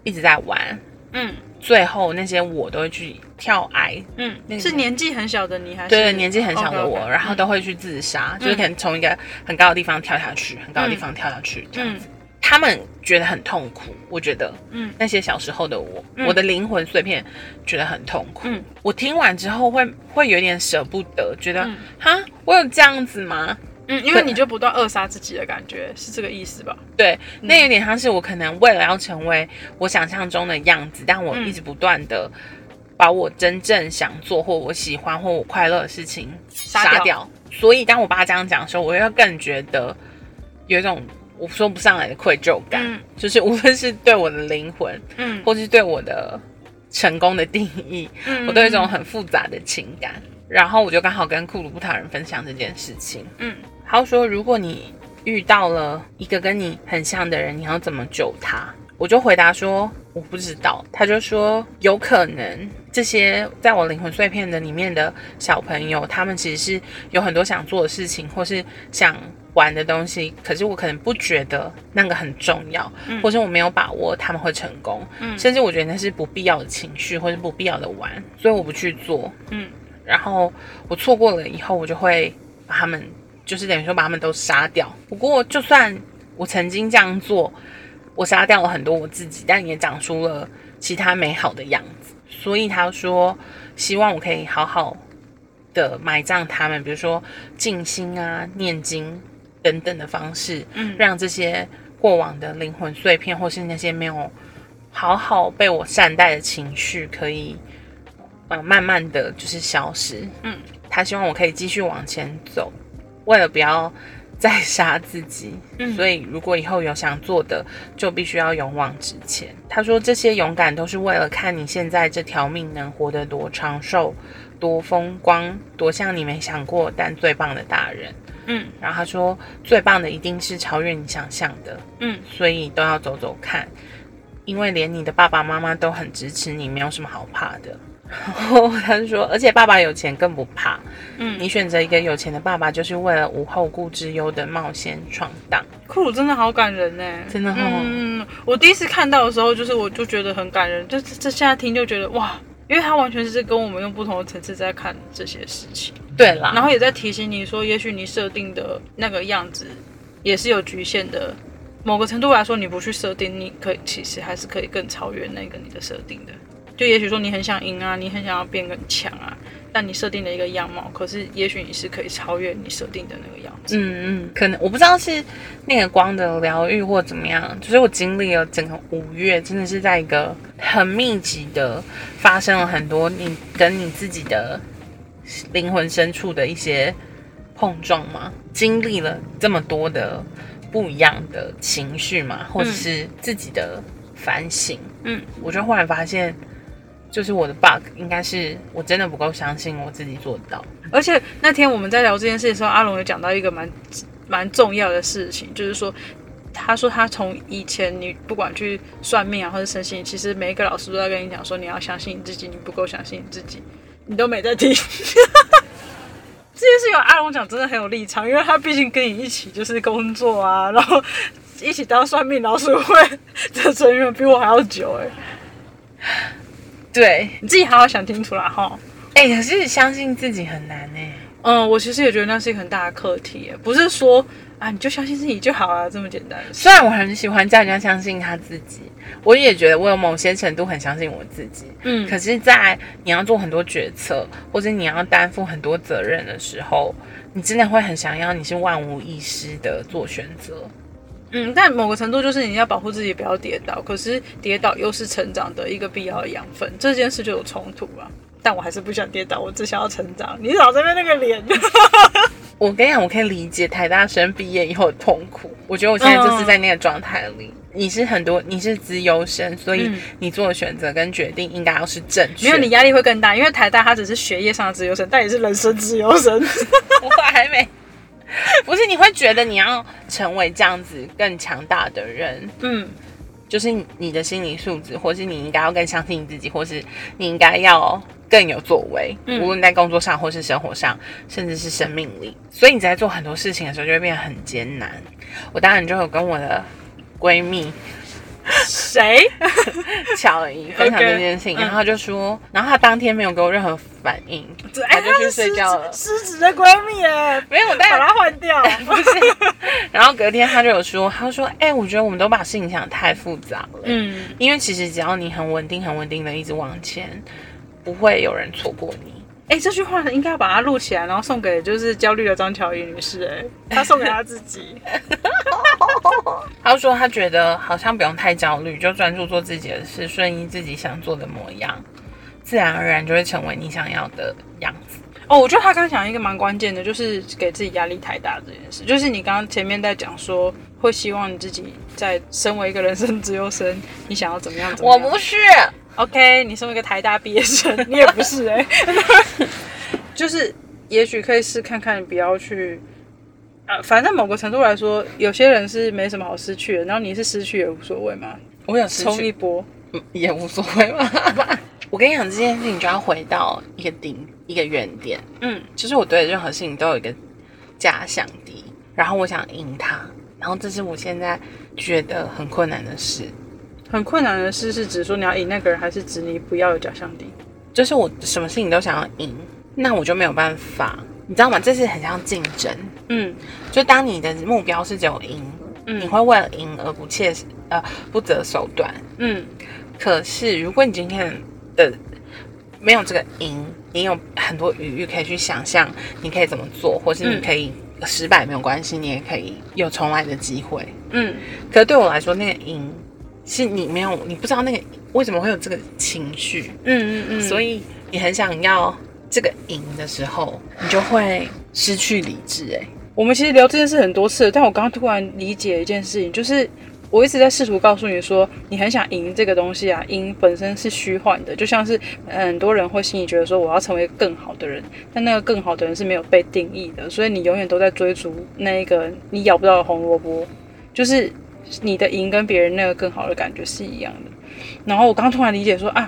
一直在玩，
嗯
最后那些我都会去跳崖
嗯
那个
嗯，是年纪很小的你还是？
对，年纪很小的我
OK，OK，
然后
嗯
都会去自杀，就是可能从一个很高的地方跳下去，很高
嗯
的地方跳下去这样子。他们觉得很痛苦，我觉得
嗯
那些小时候的我，
嗯
我的灵魂碎片觉得很痛苦。
嗯
我听完之后会会有点舍不得，觉得
嗯
哈、我有这样子吗？
嗯，因为你就不断扼杀自己的感觉，是这个意思吧？
对，
嗯
那有
嗯
点像是我可能为了要成为我想象中的样子，但我一直不断的。把我真正想做或我喜欢或我快乐的事情
掉
杀掉。所以当我爸这样讲的时候，我又更觉得有一种我说不上来的愧疚感，
嗯
就是无论是对我的灵魂，
嗯，
或是对我的成功的定义，
嗯
我都有一种很复杂的情感。然后我就刚好跟库鲁布塔人分享这件事情，
嗯
他说如果你遇到了一个跟你很像的人，你要怎么救他？我就回答说我不知道。他就说有可能这些在我灵魂碎片的里面的小朋友，他们其实是有很多想做的事情，或是想。玩的东西，可是我可能不觉得那个很重要，
嗯
或是我没有把握他们会成功，
嗯
甚至我觉得那是不必要的情绪或是不必要的玩，所以我不去做。
嗯
然后我错过了以后，我就会把他们，就是等于说把他们都杀掉。不过，就算我曾经这样做，我杀掉了很多我自己，但也长出了其他美好的样子。所以他说，希望我可以好好的埋葬他们，比如说静心啊、念经等等的方式，
嗯
让这些过往的灵魂碎片，或是那些没有好好被我善待的情绪，可以呃慢慢的就是消失。
嗯，
他希望我可以继续往前走，为了不要再杀自己。
嗯
所以如果以后有想做的，就必须要勇往直前。他说这些勇敢都是为了看你现在这条命能活得多长寿。多风光，多像你没想过但最棒的大人。
嗯
然后他说，最棒的一定是超越你想象的，
嗯
所以都要走走看，因为连你的爸爸妈妈都很支持你，没有什么好怕的。 然后他就说，而且爸爸有钱更不怕，
嗯，
你选择一个有钱的爸爸，就是为了无后顾之忧的冒险闯荡。
酷鲁真的好感人呢、
真的哦
嗯，我第一次看到的时候，就是我就觉得很感人，就是这现在听就觉得哇，因为他完全是跟我们用不同的层次在看这些事情，
对啦，
然后也在提醒你说，也许你设定的那个样子也是有局限的。某个程度来说，你不去设定，你可以其实还是可以更超越那个你的设定的。就也许说你很想赢啊，你很想要变更强啊，但你设定了一个样貌，可是也许你是可以超越你设定的那个样子。
嗯嗯，可能我不知道是那个光的疗愈或怎么样，就是我经历了整个五月，真的是在一个很密集的发生了很多你跟你自己的灵魂深处的一些碰撞嘛，经历了这么多的不一样的情绪嘛，或者是自己的反省，
嗯，
我就忽然发现，就是我的 bug 应该是我真的不够相信我自己做得到，
而且那天我们在聊这件事的时候，阿龙有讲到一个蛮蛮重要的事情，就是说，他说他从以前你不管去算命啊，或者身心，其实每一个老师都在跟你讲说，你要相信你自己，你不够相信你自己，你都没在听。 这件事情阿龙讲真的很有立场，因为他毕竟跟你一起就是工作啊，然后一起当算命老鼠会的成员比我还要久哎、
对，
你自己好好想清楚啦哈。
哎、可是相信自己很难哎、
嗯，我其实也觉得那是一个很大的课题耶，不是说啊你就相信自己就好啊了这么简单的事。
虽然我很喜欢叫人家相信他自己，我也觉得我有某些程度很相信我自己。
嗯
可是，在你要做很多决策，或者你要担负很多责任的时候，你真的会很想要你是万无一失的做选择。
嗯，但某个程度就是你要保护自己不要跌倒，可是跌倒又是成长的一个必要的养分，这件事就有冲突啊。但我还是不想跌倒，我只想要成长。你老在那边那个脸，
我跟你讲，我可以理解台大生毕业以后的痛苦。我觉得我现在就是在那个状态里。你是很多，你是资优生，所以
哦嗯
你做的选择跟决定应该要是正确。
没有你，压力会更大，因为台大它只是学业上的自由生，但也是人生自由 生。
我还没。不是，你会觉得你要成为这样子更强大的人，
嗯
就是你的心理素质，或是你应该要更相信你自己，或是你应该要更有作为，
嗯
无论在工作上或是生活上，甚至是生命里。所以你在做很多事情的时候，就会变得很艰难。我当然就有跟我的闺蜜
谁？
巧怡分享
OK，
这件事情
嗯
然后她就说，然后她当天没有给我任何反应，
哎，
她就去睡觉了。
失职的闺蜜哎，
没有，我当
把
然
它换 掉。
不是。 然后隔天他就有说，他说：“哎、我觉得我们都把事情想得太复杂了。
嗯
因为其实只要你很稳定、很稳定的一直往前，不会有人错过你。
哎、这句话应该要把它录起来，然后送给就是焦虑的张乔怡女士、哎，她送给她自己。
他就说他觉得好像不用太焦虑，就专注做自己的事，顺应自己想做的模样。自然而然就会成为你想要的样子。
哦，我觉得他刚讲一个蛮关键的，就是给自己压力太大这件事。就是你刚刚前面在讲说，会希望你自己在身为一个人生自由生，你想要怎么样怎么
我
样。
不是，
OK，你身为一个台大毕业生，你也不是哎、 就是也许可以试看看，不要去。呃，反正某个程度来说，有些人是没什么好失去的，然后你是失去也无所谓嘛，
我有失
冲一
去
波。
也无所谓嘛。我跟你讲这件事情，就要回到一个顶一个原点，
嗯，
其实我对任何事情都有一个假想敌，然后我想赢他，然后这是我现在觉得很困难的事，
很困难的事是指说你要赢那个人，还是指你不要有假象敌？
就是我什么事情都想要赢，那我就没有办法，你知道吗？这是很像竞争，
嗯
就当你的目标是只有赢，你
嗯
会为了赢而不切呃不择手段。
嗯
可是如果你今天的呃没有这个赢，你有很多余裕可以去想象你可以怎么做，或是你
嗯
可以失败没有关系，你也可以有重来的机会。
嗯，
可是对我来说，那个赢是你没有，你不知道那个为什么会有这个情绪，
嗯嗯嗯，
所
以
以你很想要这个赢的时候，你就会失去理智、欸。哎，
我们其实聊这件事很多次了，但我刚刚突然理解一件事情，就是我一直在试图告诉你说，你很想赢这个东西啊，赢本身是虚幻的，就像是呃很多人会心里觉得说我要成为更好的人，但那个更好的人是没有被定义的，所以你永远都在追逐那一个你咬不到的红萝卜，就是你的赢跟别人那个更好的感觉是一样的。然后我刚刚突然理解说啊。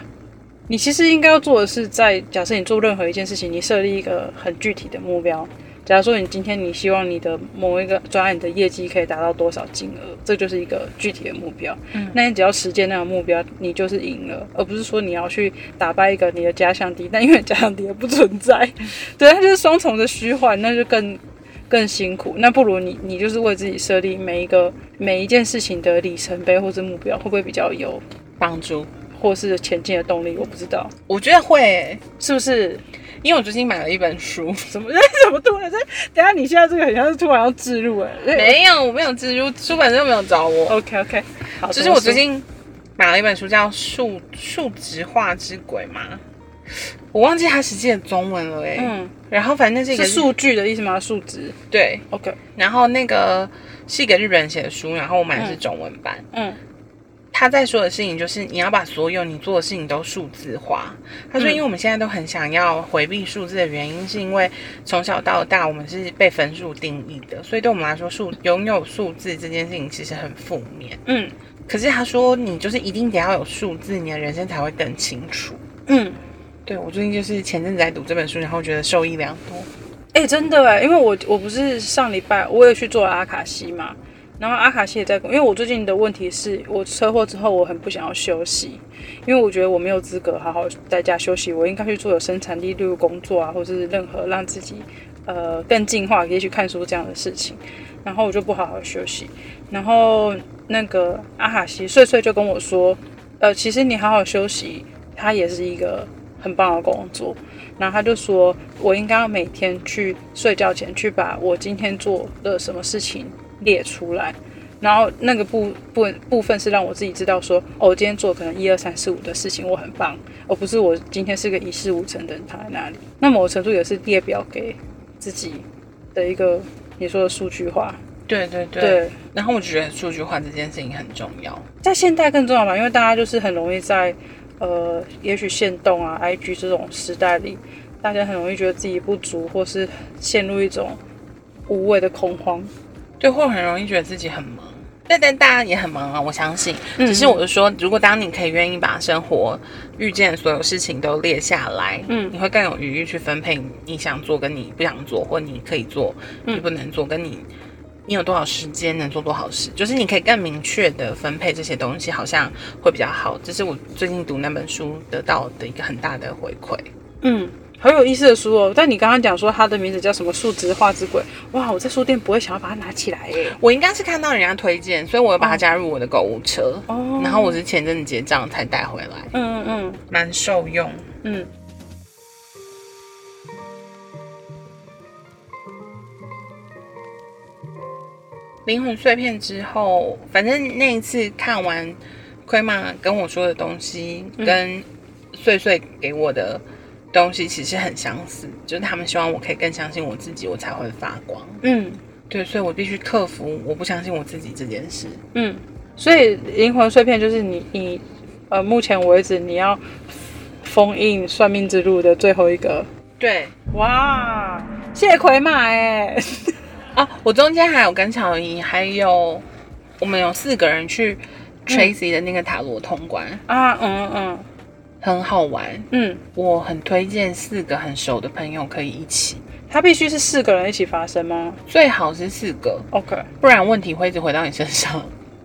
你其实应该要做的是在，假设你做任何一件事情，你设立一个很具体的目标，假如说你今天你希望你的某一个专案你的业绩可以达到多少金额，这就是一个具体的目标。
嗯
那你只要实践那个目标，你就是赢了，而不是说你要去打败一个你的假想敌，但因为假想敌也不存在， 对，它就是双重的虚幻，那就更更辛苦。那不如你你就是为自己设立每一个每一件事情的里程碑或是目标，会不会比较有
帮助，
或是前进的动力？我不知道
我觉得会、欸
是不是
因为我最近买了一本书，
怎么怎么突然在？等一下你现在这个很像是突然要置入哎、欸
没有，我没有蜘蛛，出版社没有找我。
OK OK，好，
就是我最近买了一本书，叫《数数值化之鬼》嘛，我忘记它实际的中文了哎、
嗯
然后反正是一个
是
日
数据的意思吗？数值
对，
OK，
然后那个是一个日本人写的书，然后我买的是中文版。
嗯
他在说的事情就是你要把所有你做的事情都数字化。他说，
嗯
因为我们现在都很想要回避数字的原因，是因为从小到大我们是被分数定义的，所以对我们来说数拥有数字这件事情其实很负面。
嗯
可是他说，你就是一定得要有数字，你的人生才会更清楚。
嗯，
对我最近就是前阵子在读这本书，然后觉得受益良多。
哎、真的哎，因为我我不是上礼拜我也去做了阿卡西嘛，然后阿卡西也在跟，因为我最近的问题是我车祸之后我很不想要休息，因为我觉得我没有资格好好在家休息，我应该去做有生产力，例如工作啊，或是任何让自己呃更进化，也许看书这样的事情。然后我就不好好休息，然后那个阿卡西碎碎就跟我说，呃，其实你好好休息，它也是一个很棒的工作。然后他就说，我应该要每天去睡觉前去把我今天做的什么事情列出来，然后那个部部部分是让我自己知道说，哦，我今天做可能一二三四五的事情，我很棒，而不是我今天是个一事无成的人躺在那里。那某程度也是列表给自己的一个你说的数据化，
对对对。
对。
然后我觉得数据化这件事情很重要。
在现代更重要吧，因为大家就是很容易在呃，也许限动啊、IG 这种时代里，大家很容易觉得自己不足，或是陷入一种无谓的恐慌。
对，或很容易觉得自己很忙。但但大家也很忙啊，我相信。
嗯
只是我是说，如果当你可以愿意把生活遇见所有事情都列下来，
嗯
你会更有余裕去分配你想做跟你不想做，或你可以做，
嗯
你不能做，跟你你有多少时间能做多少事，就是你可以更明确的分配这些东西，好像会比较好。这是我最近读那本书得到的一个很大的回馈。
嗯，很有意思的书哦。但你刚刚讲说它的名字叫什么“数值化之鬼”，哇，我在书店不会想要把它拿起来耶。
我应该是看到人家推荐，所以我又把它加入我的购物车，
哦
然后我是前阵子结账才带回来。
嗯嗯
蛮受用。
嗯嗯，
灵魂碎片之后，反正那一次看完亏妈跟我说的东西，
嗯
跟碎碎给我的东西其实很相似，就是他们希望我可以更相信我自己，我才会发光。
嗯
对，所以我必须克服我不相信我自己这件事。
嗯，所以灵魂碎片就是你你呃，目前为止你要封印算命之路的最后一个。
对
哇，谢奎马哎、
啊，我中间还有跟乔伊，还有我们有四个人去 Tracy 的那个塔罗通关，
啊嗯嗯
很好玩。
嗯，
我很推荐四个很熟的朋友可以一起，
它必须是四个人一起发生吗
最好是四个，
？OK。
不然问题会一直回到你身上。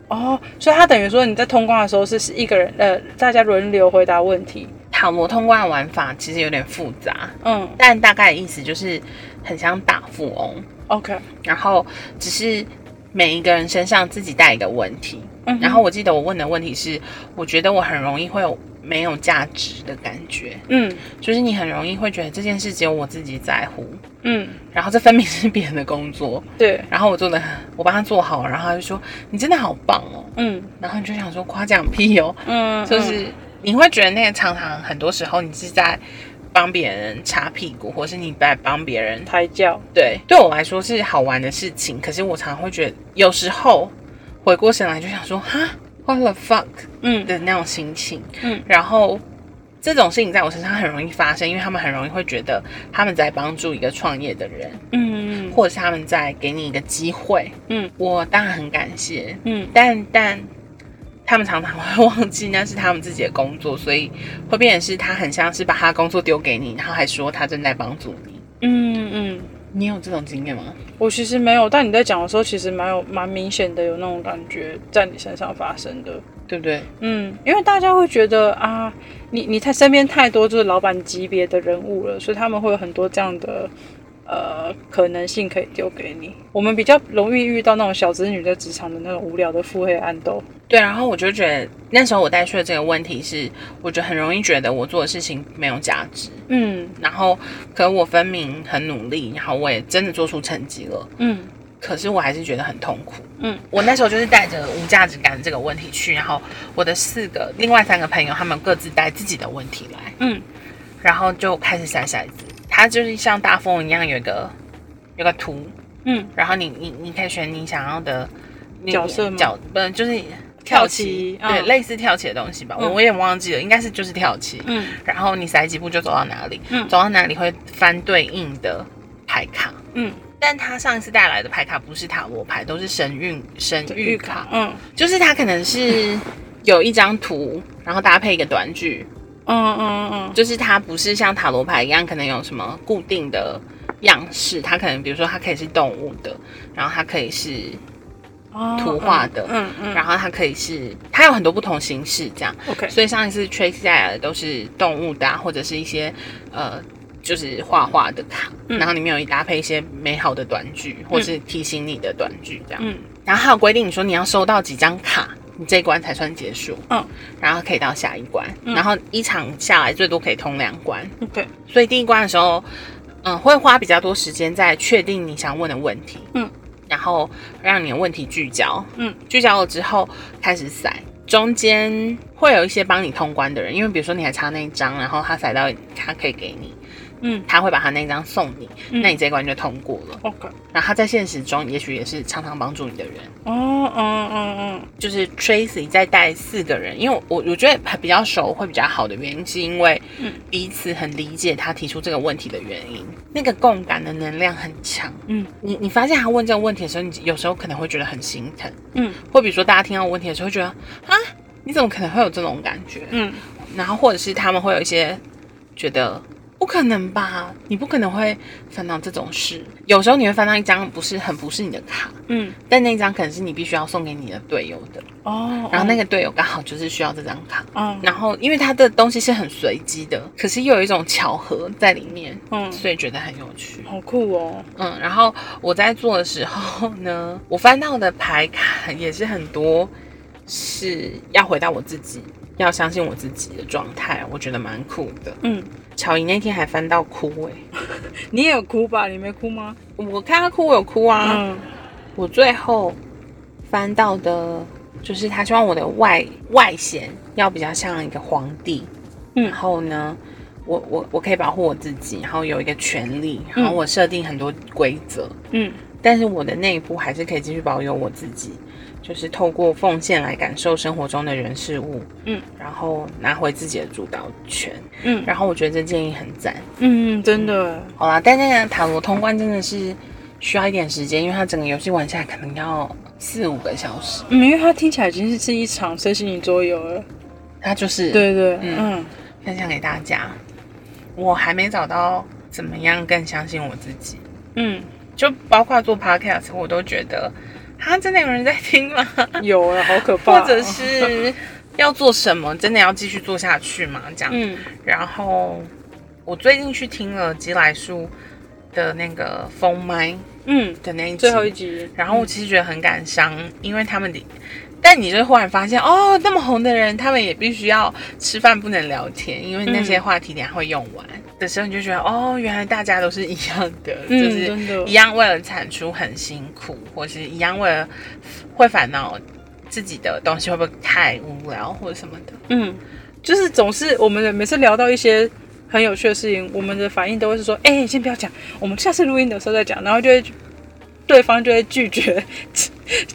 哦，所以它等于说你在通关的时候是是一个人，呃，大家轮流回答问题。
塔罗通关的玩法其实有点复杂，
嗯
但大概的意思就是很像大富翁，
，OK，
然后只是每一个人身上自己带一个问题。
嗯哼
然后我记得我问的问题是，我觉得我很容易会有没有价值的感觉，
嗯
就是你很容易会觉得这件事只有我自己在乎，
嗯，
然后这分明是别人的工作，
对，
然后我做的我帮他做好，然后他就说你真的好棒哦，
嗯
然后你就想说夸奖屁哦，
嗯，
就是你会觉得那个常常很多时候你是在帮别人擦屁股，或是你在帮别人
嗯。胎教。
对，对我来说是好玩的事情，可是我常会觉得有时候回过神来就想说哈，what the fuck
嗯
的那种心情。
嗯，
然后这种事情在我身上很容易发生，因为他们很容易会觉得他们在帮助一个创业的人，
嗯
或者是他们在给你一个机会。
嗯，
我当然很感谢，
嗯
但但他们常常会忘记那是他们自己的工作，所以会变成是他很像是把他的工作丢给你，然后还说他正在帮助你。
嗯嗯，
你有这种经验吗？
我其实没有，但你在讲的时候，其实蛮有蛮明显的有那种感觉在你身上发生的。
对不对？
嗯，因为大家会觉得啊，你你太身边太多就是老板级别的人物了，所以他们会有很多这样的呃可能性可以丢给你。我们比较容易遇到那种小子女在职场的那种无聊的腹黑暗斗。
对，然后我就觉得那时候我带去的这个问题是，我觉得很容易觉得我做的事情没有价值，
嗯
然后可我分明很努力，然后我也真的做出成绩了，
嗯
可是我还是觉得很痛苦。
嗯，
我那时候就是带着无价值感这个问题去，然后我的四个另外三个朋友他们各自带自己的问题来，
嗯
然后就开始筛骰子，它就是像大富翁一样有一个有个图，
嗯，
然后你你你可以选你想要的你
角色吗
角不就是
跳棋
棋，对，
嗯
类似跳棋的东西吧，我、
嗯
我也忘记了，应该是就是跳棋。
嗯
然后你踩几步就走到哪里，
嗯
走到哪里会翻对应的牌卡。
嗯，
但他上一次带来的牌卡不是塔罗牌，都是神韵神谕卡，
嗯
就是他可能是有一张图，然后搭配一个短句，
嗯嗯嗯
就是它不是像塔罗牌一样，可能有什么固定的样式，它可能比如说它可以是动物的，然后它可以是，
哦
图画的
嗯嗯
然后它可以是它有很多不同形式这样。
，OK，
所以上一次 Tracy 带来的都是动物的、啊，或者是一些呃，就是画画的卡，
嗯
然后里面有一搭配一些美好的短句，或是提醒你的短句这样。
嗯
然后还有规定，你说你要收到几张卡，你这一关才算结束。
嗯，
然后可以到下一关，
嗯
然后一场下来最多可以通两关。
OK，
所以第一关的时候，嗯、会花比较多时间在确定你想问的问题，
嗯，
然后让你的问题聚焦，
嗯，
聚焦了之后开始塞，中间会有一些帮你通关的人，因为比如说你还差那一张，然后他塞到他可以给你，
嗯
他会把他那一张送你，
嗯
那你这一关就通过了。
OK，
然后他在现实中也许也是常常帮助你的人。
哦嗯嗯嗯
就是 Tracy 在带四个人，因为我我觉得比较熟会比较好的原因，是因为
嗯
彼此很理解他提出这个问题的原因，那个共感的能量很强。
嗯
你你发现他问这个问题的时候，你有时候可能会觉得很心疼，
嗯
或比如说大家听到问题的时候会觉得啊，你怎么可能会有这种感觉？
嗯
然后或者是他们会有一些觉得不可能吧，你不可能会翻到这种事。有时候你会翻到一张不是很不是你的卡，
嗯，
但那张可能是你必须要送给你的队友的。
哦，
然后那个队友刚好就是需要这张卡，
嗯
然后因为他的东西是很随机的，可是又有一种巧合在里面，
嗯，
所以觉得很有趣。
好酷哦，
嗯，然后我在做的时候呢， 我翻到的牌卡也是很多是要回到我自己，要相信我自己的状态，我觉得蛮酷的。
嗯。
乔伊那天还翻到哭诶、
你也有哭吧？你没哭吗？
我看他哭，我有哭啊。
嗯
我最后翻到的就是他希望我的外外显要比较像一个皇帝，然后呢，我我我可以保护我自己，然后有一个权利，然后我设定很多规则，
嗯
但是我的内部还是可以继续保有我自己，就是透过奉献来感受生活中的人事物，
嗯，
然后拿回自己的主导权，
嗯
然后我觉得这建议很赞。
嗯，真的，
好啦，但那个塔罗通关真的是需要一点时间，因为它整个游戏玩下来可能要四五个小时，
嗯，因为它听起来已经是一场身心灵桌游了。
它就是
对对，
嗯
嗯
分享给大家。我还没找到怎么样更相信我自己，
嗯
就包括做 podcast，我都觉得，哈，真的有人在听 吗？
有了，好可怕
或
哦。
者是要做什么？真的要继续做下去吗？这样。
嗯
然后我最近去听了吉来叔的那个封麦
嗯，
的那一集
最后一集，
然后我其实觉得很感伤，因为他们的，但你就忽然发现，哦，那么红的人，他们也必须要吃饭不能聊天，因为那些话题等一下会用完、的时候，你就觉得，哦，原来大家都是一样的，
嗯
就是
真的
一样为了产出很辛苦，或是一样为了会烦恼自己的东西会不会太无聊或者什么的。
嗯，就是总是我们每次聊到一些很有趣的事情，我们的反应都会是说，哎、先不要讲，我们下次录音的时候再讲，然后就会对方就会拒绝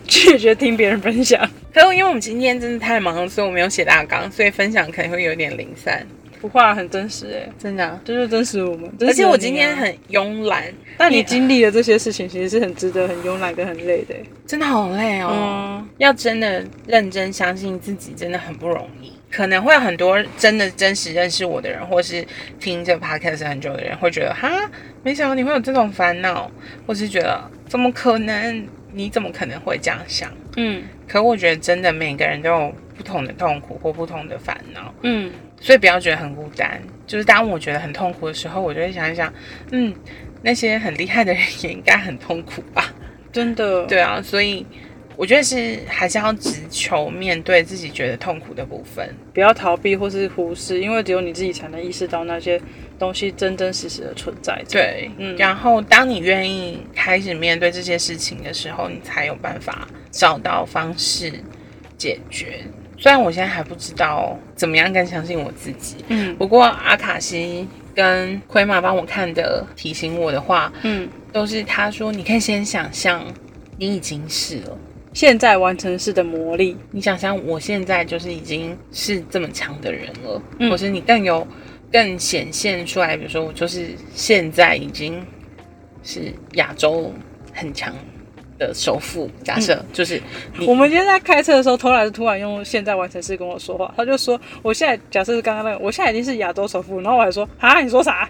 拒绝听别人分 享。
可是因为我们今天真的太忙了，所以我没有写大纲，所以分享可能会有点零散，
不画很真实、哎，
真的啊、
这就是真实啊我们。
而
而
且我今天，很慵懒，
但你经历了这些事情，其实是很值得、很慵懒跟很累的、哎
真的好累哦。
嗯
要真的认真相信自己，真的很不容易。可能会有很多真的真实认识我的人，或是听这 podcast 很久的人，会觉得哈，没想到你会有这种烦恼，或是觉得怎么可能？你怎么可能会这样想？
嗯
可我觉得真的每个人都有不同的痛苦或不同的烦恼，
嗯
所以不要觉得很孤单。就是当我觉得很痛苦的时候，我就会想一想，嗯，那些很厉害的人也应该很痛苦吧。
真的，
对啊，所以我觉得是还是要直求面对自己觉得痛苦的部分。
不要逃避或是忽视，因为只有你自己才能意识到那些东西真真实实的存在。这样
对，
嗯
然后当你愿意开始面对这些事情的时候，你才有办法找到方式解决。虽然我现在还不知道怎么样更相信我自己，
嗯
不过阿卡西跟奎玛帮我看的提醒我的话，
嗯，
都是他说你可以先想象你已经是了。
现在完成式的魔力。
你想想，我现在就是已经是这么强的人了，
嗯
或是你更有更显现出来，比如说我就是现在已经是亚洲很强的首富，假设、就是你
我们今天在开车的时候，偷懒突然用现在完成式跟我说话，他就说：“我现在假设是刚刚那个，我现在已经是亚洲首富。”然后我还说：“啊，你说 啥？”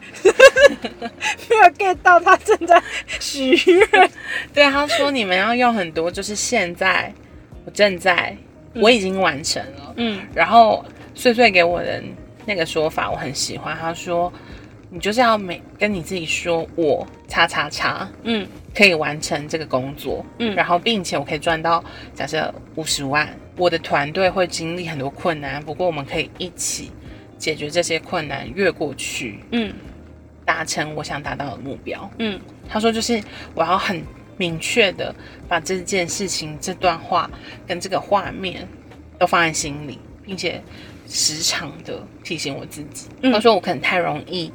没有 get 到他正在许愿。
对啊他说你们要用很多，就是现在我正在、我已经完成了，
嗯
然后碎碎给我的那个说法我很喜欢，他说你就是要每跟你自己说我叉叉叉，
嗯
可以完成这个工作，
嗯
然后并且我可以赚到假设五十万，我的团队会经历很多困难，不过我们可以一起解决这些困难，越过去，
嗯
达成我想达到的目标。
嗯
他说就是我要很明确的把这件事情、这段话跟这个画面都放在心里，并且时常的提醒我自己。
嗯
他说我可能太容易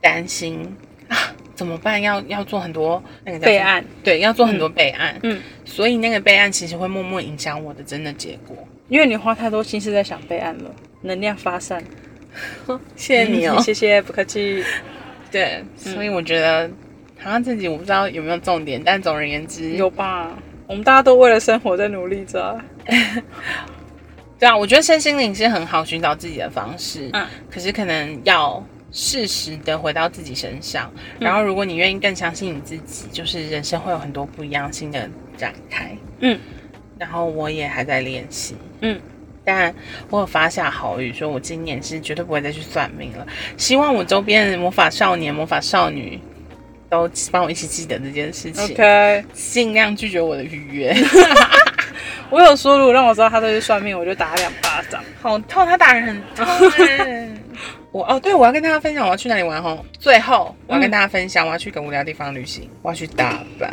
担心啊，怎么办？要要做很多那个叫什么
备案，
对，要做很多备案，
嗯嗯
所以那个备案其实会默默影响我的真的结果。
因为你花太多心思在想备案了，能量发散。
谢哦
嗯 谢谢，不客气。
对，所以我觉得好像自己我不知道有没有重点，但总而言之，
有吧？我们大家都为了生活在努力着啊。
对啊，我觉得身心灵是很好寻找自己的方式，
嗯
可是可能要适时的回到自己身上，
嗯
然后如果你愿意更相信你自己，就是人生会有很多不一样新的展开。
嗯
然后我也还在练习，
嗯，
但我有发下豪语，说我今年是绝对不会再去算命了。希望我周边的魔法少年、魔法少女都帮我一起记得这件事情
，OK。
尽量拒绝我的预 约。
我有说，如果让我知道他在去算命，我就打他两巴掌。
好痛，他打人很痛、欸。 我哦，对，我要跟大家分享我要去哪里玩哦。最后，我要跟大家分享，我要去一个无聊地方旅行，我要去大阪。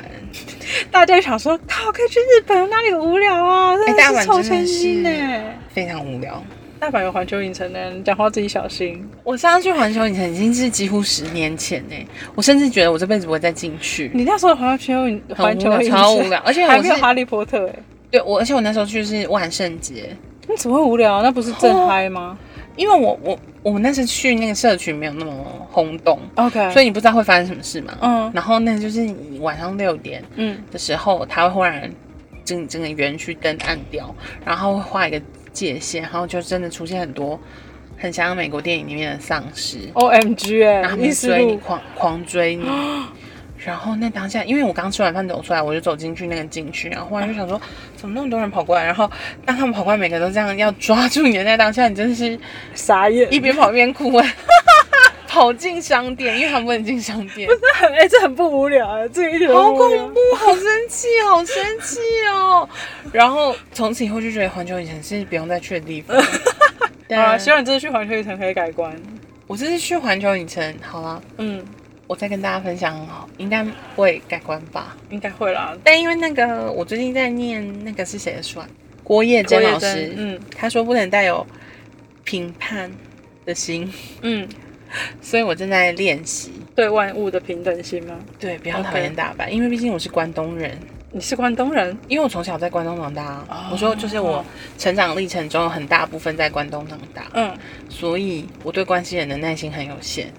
大家就想说，靠，可以去日本，哪里有无聊啊？真
哎大
的
阪
是臭
真的
千金呢、
是非常无聊，
大阪有环球影城呢，你讲话自己小心。
我上次去环球影城已经是几乎十年前呢、我甚至觉得我这辈子不会再进去。
你那时候环球影环球影城
超无聊而且我是
还没有哈利波特哎、
对我，而且我那时候去是万圣节，
你怎么会无聊、啊？那不是正嗨吗
因为我我我们那时去那个社群没有那么轰动，
？OK，
哦所
以
以你不知道会发生什么事嘛。
嗯
然后那就是你晚上六点
嗯，
的时候，它会忽然整整个园区灯暗掉，然后会画一个界限，然后就真的出现很多很像美国电影里面的丧尸，
O M G 哎、
然后他
意
们
思
追你
路
狂狂追你。然后那当下，因为我刚吃完饭走出来，我就走进去那个景区，然后忽然就想说，怎么那么多人跑过来？然后当他们跑过来，每个都这样要抓住你的那当下，你真的是
傻眼，
一边跑一边哭哎、 跑进商店，因为他们不能进商店，
很哎、这很不无聊哎、这个一点
好
都不无聊
恐怖，好生气，好生气哦！ 然后从此以后就觉得环球影城是不用再去的 地方。对
好
啊
啦，希望你这次去环球影城可以改观。
我这次去环球影城，好啦，
嗯，
我再跟大家分享，应该不会改观吧？
应该会啦。
但因为那个，我最近在念那个是谁的书啊？郭叶
郭
珍
叶
老
真
师，
嗯
他说不能带有评判的心，
嗯，
所以我正在练习。
对万物的平等心吗？
对，不要
OK
讨厌大阪因为毕竟我是关东人，
你是关东人，
因为我从小在关东长大啊。
哦
我说就是我成长历程中有很大部分在关东长大，
嗯，
所以我对关西人的耐心很有限。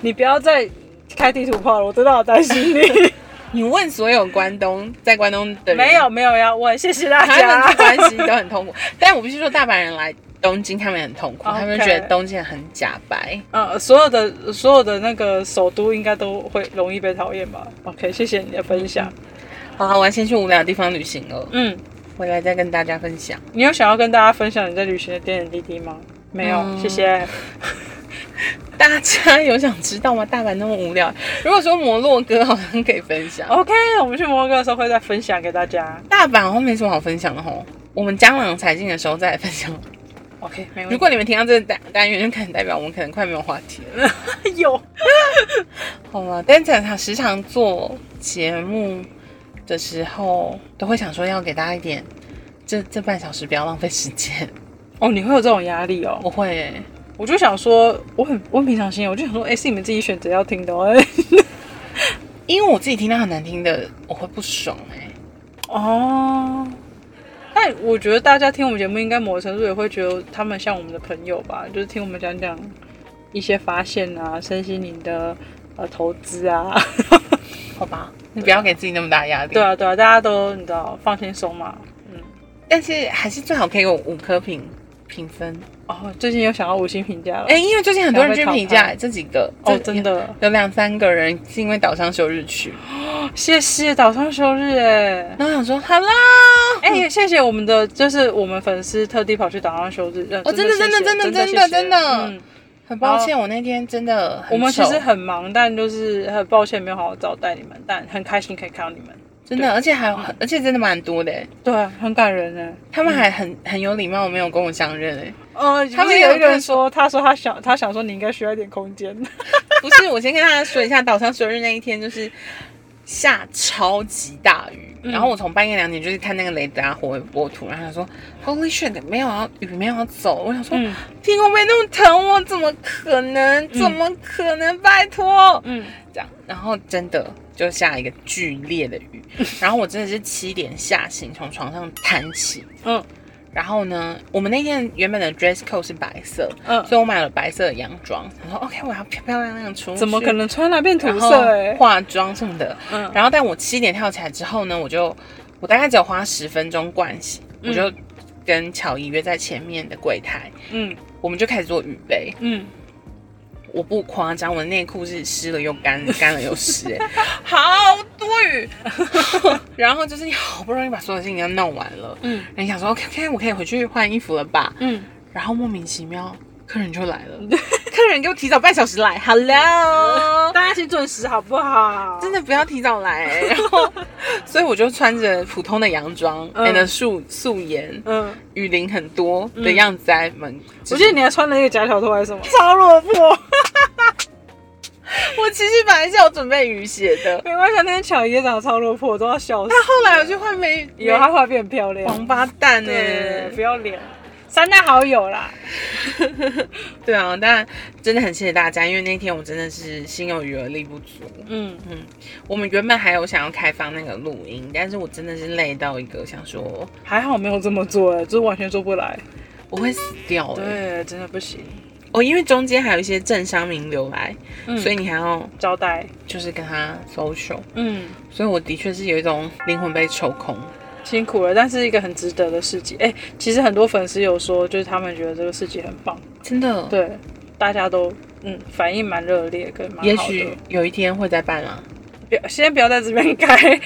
你不要再开地图炮了，我真的好担 心你。
你问所有关东在关东的人，
没有没有要问，谢谢大
他 们去
家。
关西都很痛苦，但我必须说，大阪人来东京，他们也很痛苦
OK
他们觉得东京人很假白。
呃，所有的所有的那个首都应该都会容易被讨厌吧？OK，谢谢你的分享。
好啦，我要先去无聊的地方旅行了，
嗯，
回来再跟大家分享。
你有想要跟大家分享你在旅行的点点滴滴吗？没有，
嗯
谢谢。
大家有想知道吗？大阪那么无聊，如果说摩洛哥好像可以分享，
OK，我们去摩洛哥的时候会再分享给大家。
大阪好像没什么好分享的吼。我们江郎才尽的时候再来分享。
OK，没问题。
如果你们听到这个单单元，就可能代表我们可能快没有话题了。
有，
好了，但是他时常做节目的时候，都会想说要给大家一点，这这半小时不要浪费时间。
哦，你会有这种压力哦。
我会欸、
我就想说，我很我很平常心，我就想说，哎、是你们自己选择要听的哦。
因为我自己听到很难听的，我会不爽哎、
哦，但我觉得大家听我们节目，应该某个程度也会觉得他们像我们的朋友吧，就是听我们讲讲一些发现啊，身心灵的呃投资啊，
好吧，你不要给自己那么大压力。
对，啊对啊，大家都你知道放轻松嘛。
但是还是最好可以有五颗评评分。
哦，最近有想要五星评价了，
哎、因为最近很多人去
两位
评
淘汰
价这几个，
哦
这
真的，
有两三个人是因为岛上休日去。
谢谢岛上休日哎。
然后我想说，好啦，
哎、也谢谢我们的，就是我们粉丝特地跑去岛上休日，呃
哦真的
谢
真
谢
的
真
真的
谢谢
真的
嗯，
很抱歉，我那天真的很
我们其
丑
实很忙，但就是很抱歉没有好好招待你们，但很开心可以看到你们。
真的，而且还有而且真的蛮多的欸、
对啊，很感人呢。
他们还很很有礼貌，没有跟我相 认哎、
呃，
他
他
们
们
有
有一
一个
个人
人
说，他说他想，他想说你应该需要一点空间。
不是，我先跟大家说一下，岛上生日那一天就是下超级大雨，
嗯
然后我从半夜两点就是看那个雷达火波图，然后想说 Holy shit，没有要雨没有要走，我想说、
嗯
天公被那么疼我，怎么可能？怎么可能？拜托，
嗯，
这样，然后真的。就下一个剧烈的 雨，然后我真的是七点下醒，从床上弹起。
嗯
然后呢，我们那天原本的 dress code 是白色，
嗯
所以我买了白色的洋装。我说 OK，我要漂漂亮亮出去。
怎么可能穿那变土
然后
色、欸？哎，
化妆什么的。
嗯
然后，但我七点跳起来之后呢，我就我大概只有花十分钟盥洗，我就跟乔伊约在前面的柜台，
嗯
我们就开始做预备。
嗯，
我不夸张，我的内裤是湿了又干，干了又湿、哎，好多雨。然后就是你好不容易把所有事情都弄完了，
嗯
嗯，你想说 OK OK，我可以回去换衣服了吧？
嗯，
然后莫名其妙客人就来 了，客人给我提早半小时来，Hello。
大家请准时好不好？
真的不要提早来、 然后，所以我就穿着普通的洋装、
嗯
and 素素颜，
嗯，
雨淋很多的样子在门。
我记得你还穿了一个假小偷还是什么，超落魄。
我其实本来是有准备雨鞋 的，
没关系，那天巧也长得超落魄，我都要笑死
但。后来我去换美
以后她后来变很漂亮
王，八蛋呢、
啊
欸
对，不要脸。三大好友啦，
对啊，但真的很谢谢大家，因为那天我真的是心有余而力不足。
嗯，
我们原本还有想要开放那个录音，但是我真的是累到一个想说
还好没有这么做、欸，就是完全做不来。
我会死掉哎、
对，真的不行。
哦，因为中间还有一些政商名流来，
嗯
所以你还要
招待，
就是跟他 social，
嗯，
所以我的确是有一种灵魂被抽空。
辛苦了，但是一个很值得的事情。哎、其实很多粉丝有说，就是他们觉得这个事情很棒，
真的，，
对，大家都嗯反应蛮热烈跟蛮好的。
也许有一天会再办啦。
不要先不要在这边开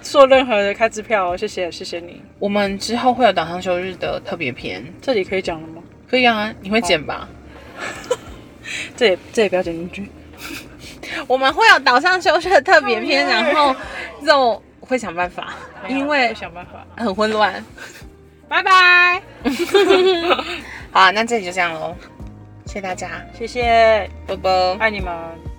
做任何的开支票哦，谢谢谢谢你。
我们之后会有岛上休日的特别篇，
这里可以讲了吗？
可以啊，你会剪吧？
这也这也不要剪进去。
我们会有岛上休息的特别篇，然后就会想办法，因为
哎我想办法。
很混乱。
拜拜，
好啊、那这里就这样喽，谢谢大家，
谢谢，
啵啵。
爱你们。